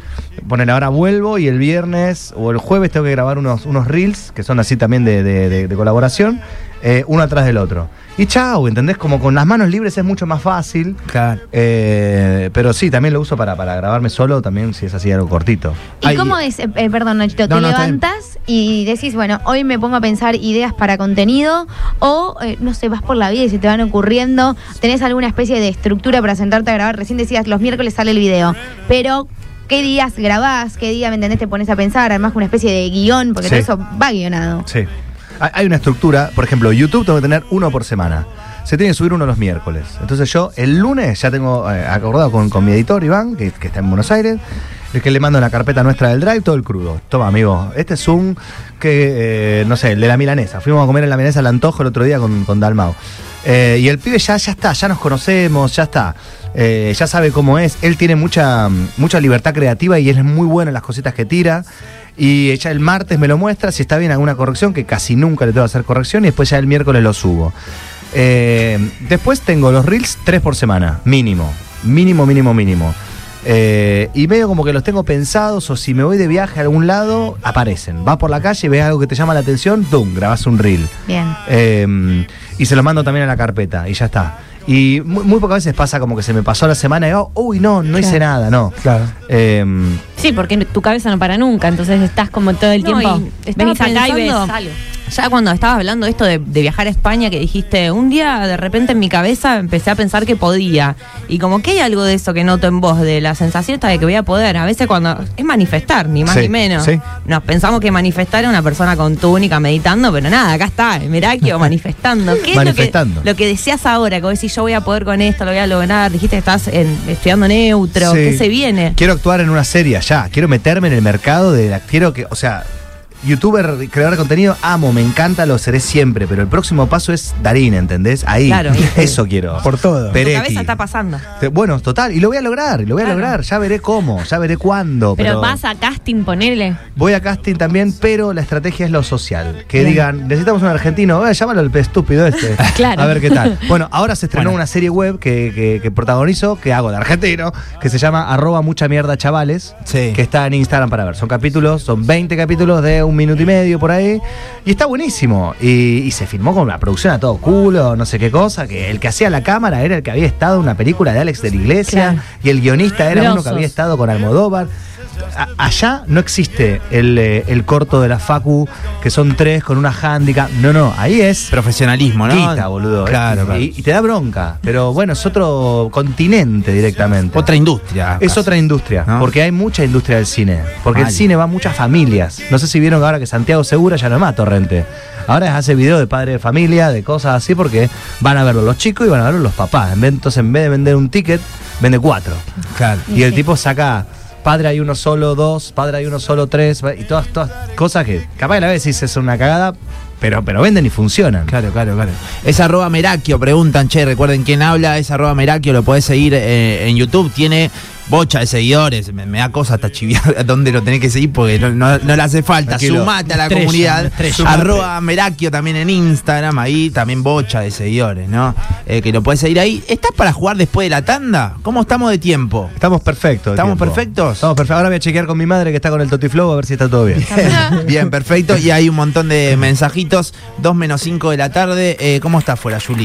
E: Ponele ahora vuelvo y el viernes o el jueves tengo que grabar unos, unos reels que son así también de, de- de- de colaboración, eh, uno atrás del otro. Y chao, ¿entendés? Como con las manos libres es mucho más fácil.
A: Claro.
E: Eh, pero sí, también lo uso para, para grabarme solo, también si es así algo cortito.
D: ¿Y
A: Ay,
D: cómo es, eh, eh, perdón Nachito,
A: No,
D: te
A: no, está bien.
D: levantas y decís, bueno, hoy me pongo a pensar ideas para contenido o, eh, no sé, vas por la vida y se te van ocurriendo, tenés alguna especie de estructura para sentarte a grabar, recién decías, los miércoles sale el video, pero ¿qué días grabás? ¿Qué día, me entendés, te pones a pensar? Además con una especie de guión, porque
E: Sí.
D: todo eso va guionado.
E: Sí. Hay hay una estructura, por ejemplo, YouTube tengo que tener uno por semana. Se tiene que subir uno los miércoles. Entonces yo el lunes ya tengo eh, acordado con, con mi editor Iván, que, que está en Buenos Aires, el que le mando la carpeta nuestra del Drive, todo el crudo. Toma, amigo, este es un que, eh, no sé, el de la milanesa. Fuimos a comer en la milanesa al antojo el otro día con, con Dalmau. Eh, y el pibe ya, ya está, ya nos conocemos, ya está. Eh, ya sabe cómo es. Él tiene mucha, mucha libertad creativa y él es muy bueno en las cositas que tira. Y ya el martes me lo muestra, si está bien alguna corrección, que casi nunca le tengo que hacer corrección, y después ya el miércoles lo subo. Eh, después tengo los reels tres por semana, mínimo. Mínimo, mínimo, mínimo. Eh, y medio como que los tengo pensados, o si me voy de viaje a algún lado, aparecen. Vas por la calle, ves algo que te llama la atención, ¡dum! grabás un reel.
D: Bien.
E: Eh, y se los mando también a la carpeta y ya está. Y muy, muy pocas veces pasa como que se me pasó la semana y digo, uy, no, no hice nada, no.
C: Claro.
E: Eh,
B: Sí, porque tu cabeza no para nunca, entonces estás como todo el
G: No,
B: tiempo.
G: y estaba
B: Venís acá y ves
G: pensando-
B: algo.
G: Ya cuando estabas hablando esto de, de viajar a España, que dijiste, un día de repente en mi cabeza empecé a pensar que podía. Y como que hay algo de eso que noto en vos, de la sensación esta de que voy a poder. A veces cuando es manifestar, ni más
E: Sí,
G: ni menos.
E: sí.
G: Nos pensamos que manifestar era una persona con túnica meditando, pero nada, acá está, Merakio manifestando. ¿Qué
E: Manifestando.
G: Es lo, que, lo que decías ahora? Que vos decís, yo voy a poder con esto, lo voy a lograr. Dijiste que estás en- estudiando neutro,
E: Sí.
G: ¿qué se viene?
E: Quiero actuar en una serie ya. Quiero meterme en el mercado de la. Quiero que. O sea, youtuber, creador de contenido, amo, me encanta, lo seré siempre. Pero el próximo paso es Darín, ¿entendés? Ahí.
G: Claro.
E: Eso quiero.
C: Por todo.
G: Tu
E: Peretti.
G: cabeza está pasando.
E: Te- Bueno, total. Y lo voy a lograr, y lo voy a
G: Claro.
E: lograr. Ya veré cómo, ya veré cuándo.
B: Pero
E: Pero,
B: vas a casting, ponele.
E: Voy a casting también, pero la estrategia es lo social. Que digan, necesitamos un argentino, eh, llámalo el estúpido este.
B: Claro.
E: A ver qué tal. Bueno, ahora se estrenó
A: Bueno.
E: una serie web que, que- que protagonizo, que hago de argentino, que se llama arroba mucha mierda chavales,
A: Sí.
E: que está en Instagram para ver. Son capítulos, son 20 capítulos de un minuto y medio por ahí. Y está buenísimo. Y, y se filmó con la producción a todo culo, no sé qué cosa, que el que hacía la cámara era el que había estado en una película de Alex de la Iglesia,
B: Claro.
E: y el guionista era uno que
B: Grosos.
E: había estado con Almodóvar. A- allá no existe el, eh, el corto de la Facu, que son tres con una handicap. No, no, ahí es
A: Profesionalismo, ¿no?
E: quita, boludo.
A: Claro, claro.
E: Y, y te da bronca. Pero bueno, es otro continente directamente.
A: Otra industria.
E: es otra industria,
A: ¿No?
E: porque hay mucha industria del cine. Porque
A: Mal.
E: el cine va a muchas familias. No sé si vieron ahora que Santiago Segura ya no es más torrente. Ahora hace video de padre de familia, de cosas así, porque van a verlo los chicos y van a verlo los papás. En vez- Entonces, en vez de vender un ticket, vende cuatro.
A: Claro.
E: Y el tipo saca, padre hay uno solo, dos, padre hay uno solo, tres, y todas, todas cosas que capaz que la vez decís es una cagada, pero, pero venden y funcionan.
A: Claro, claro, claro. Es arroba Merakio, preguntan, che, recuerden quién habla, es arroba Merakio, lo podés seguir eh, en YouTube, tiene bocha de seguidores, me, me da cosa hasta chiviar dónde lo tenés que seguir porque no, no- no le hace falta.
E: Tranquilo.
A: Sumate a la
F: Estrella,
A: comunidad,
F: estrella.
A: arroba Merakio también en Instagram, ahí también bocha de seguidores, ¿no? Eh, que lo podés seguir ahí. ¿Estás para jugar después de la tanda? ¿Cómo estamos de tiempo?
E: Estamos perfectos. de
A: ¿Estamos
E: tiempo.
A: perfectos?
E: Estamos perfectos. Ahora voy a chequear con mi madre que está con el Totiflow a ver si está todo bien.
A: Bien, perfecto. Y hay un montón de mensajitos. 2 menos 5 de la tarde. Eh, ¿Cómo está afuera, Juli?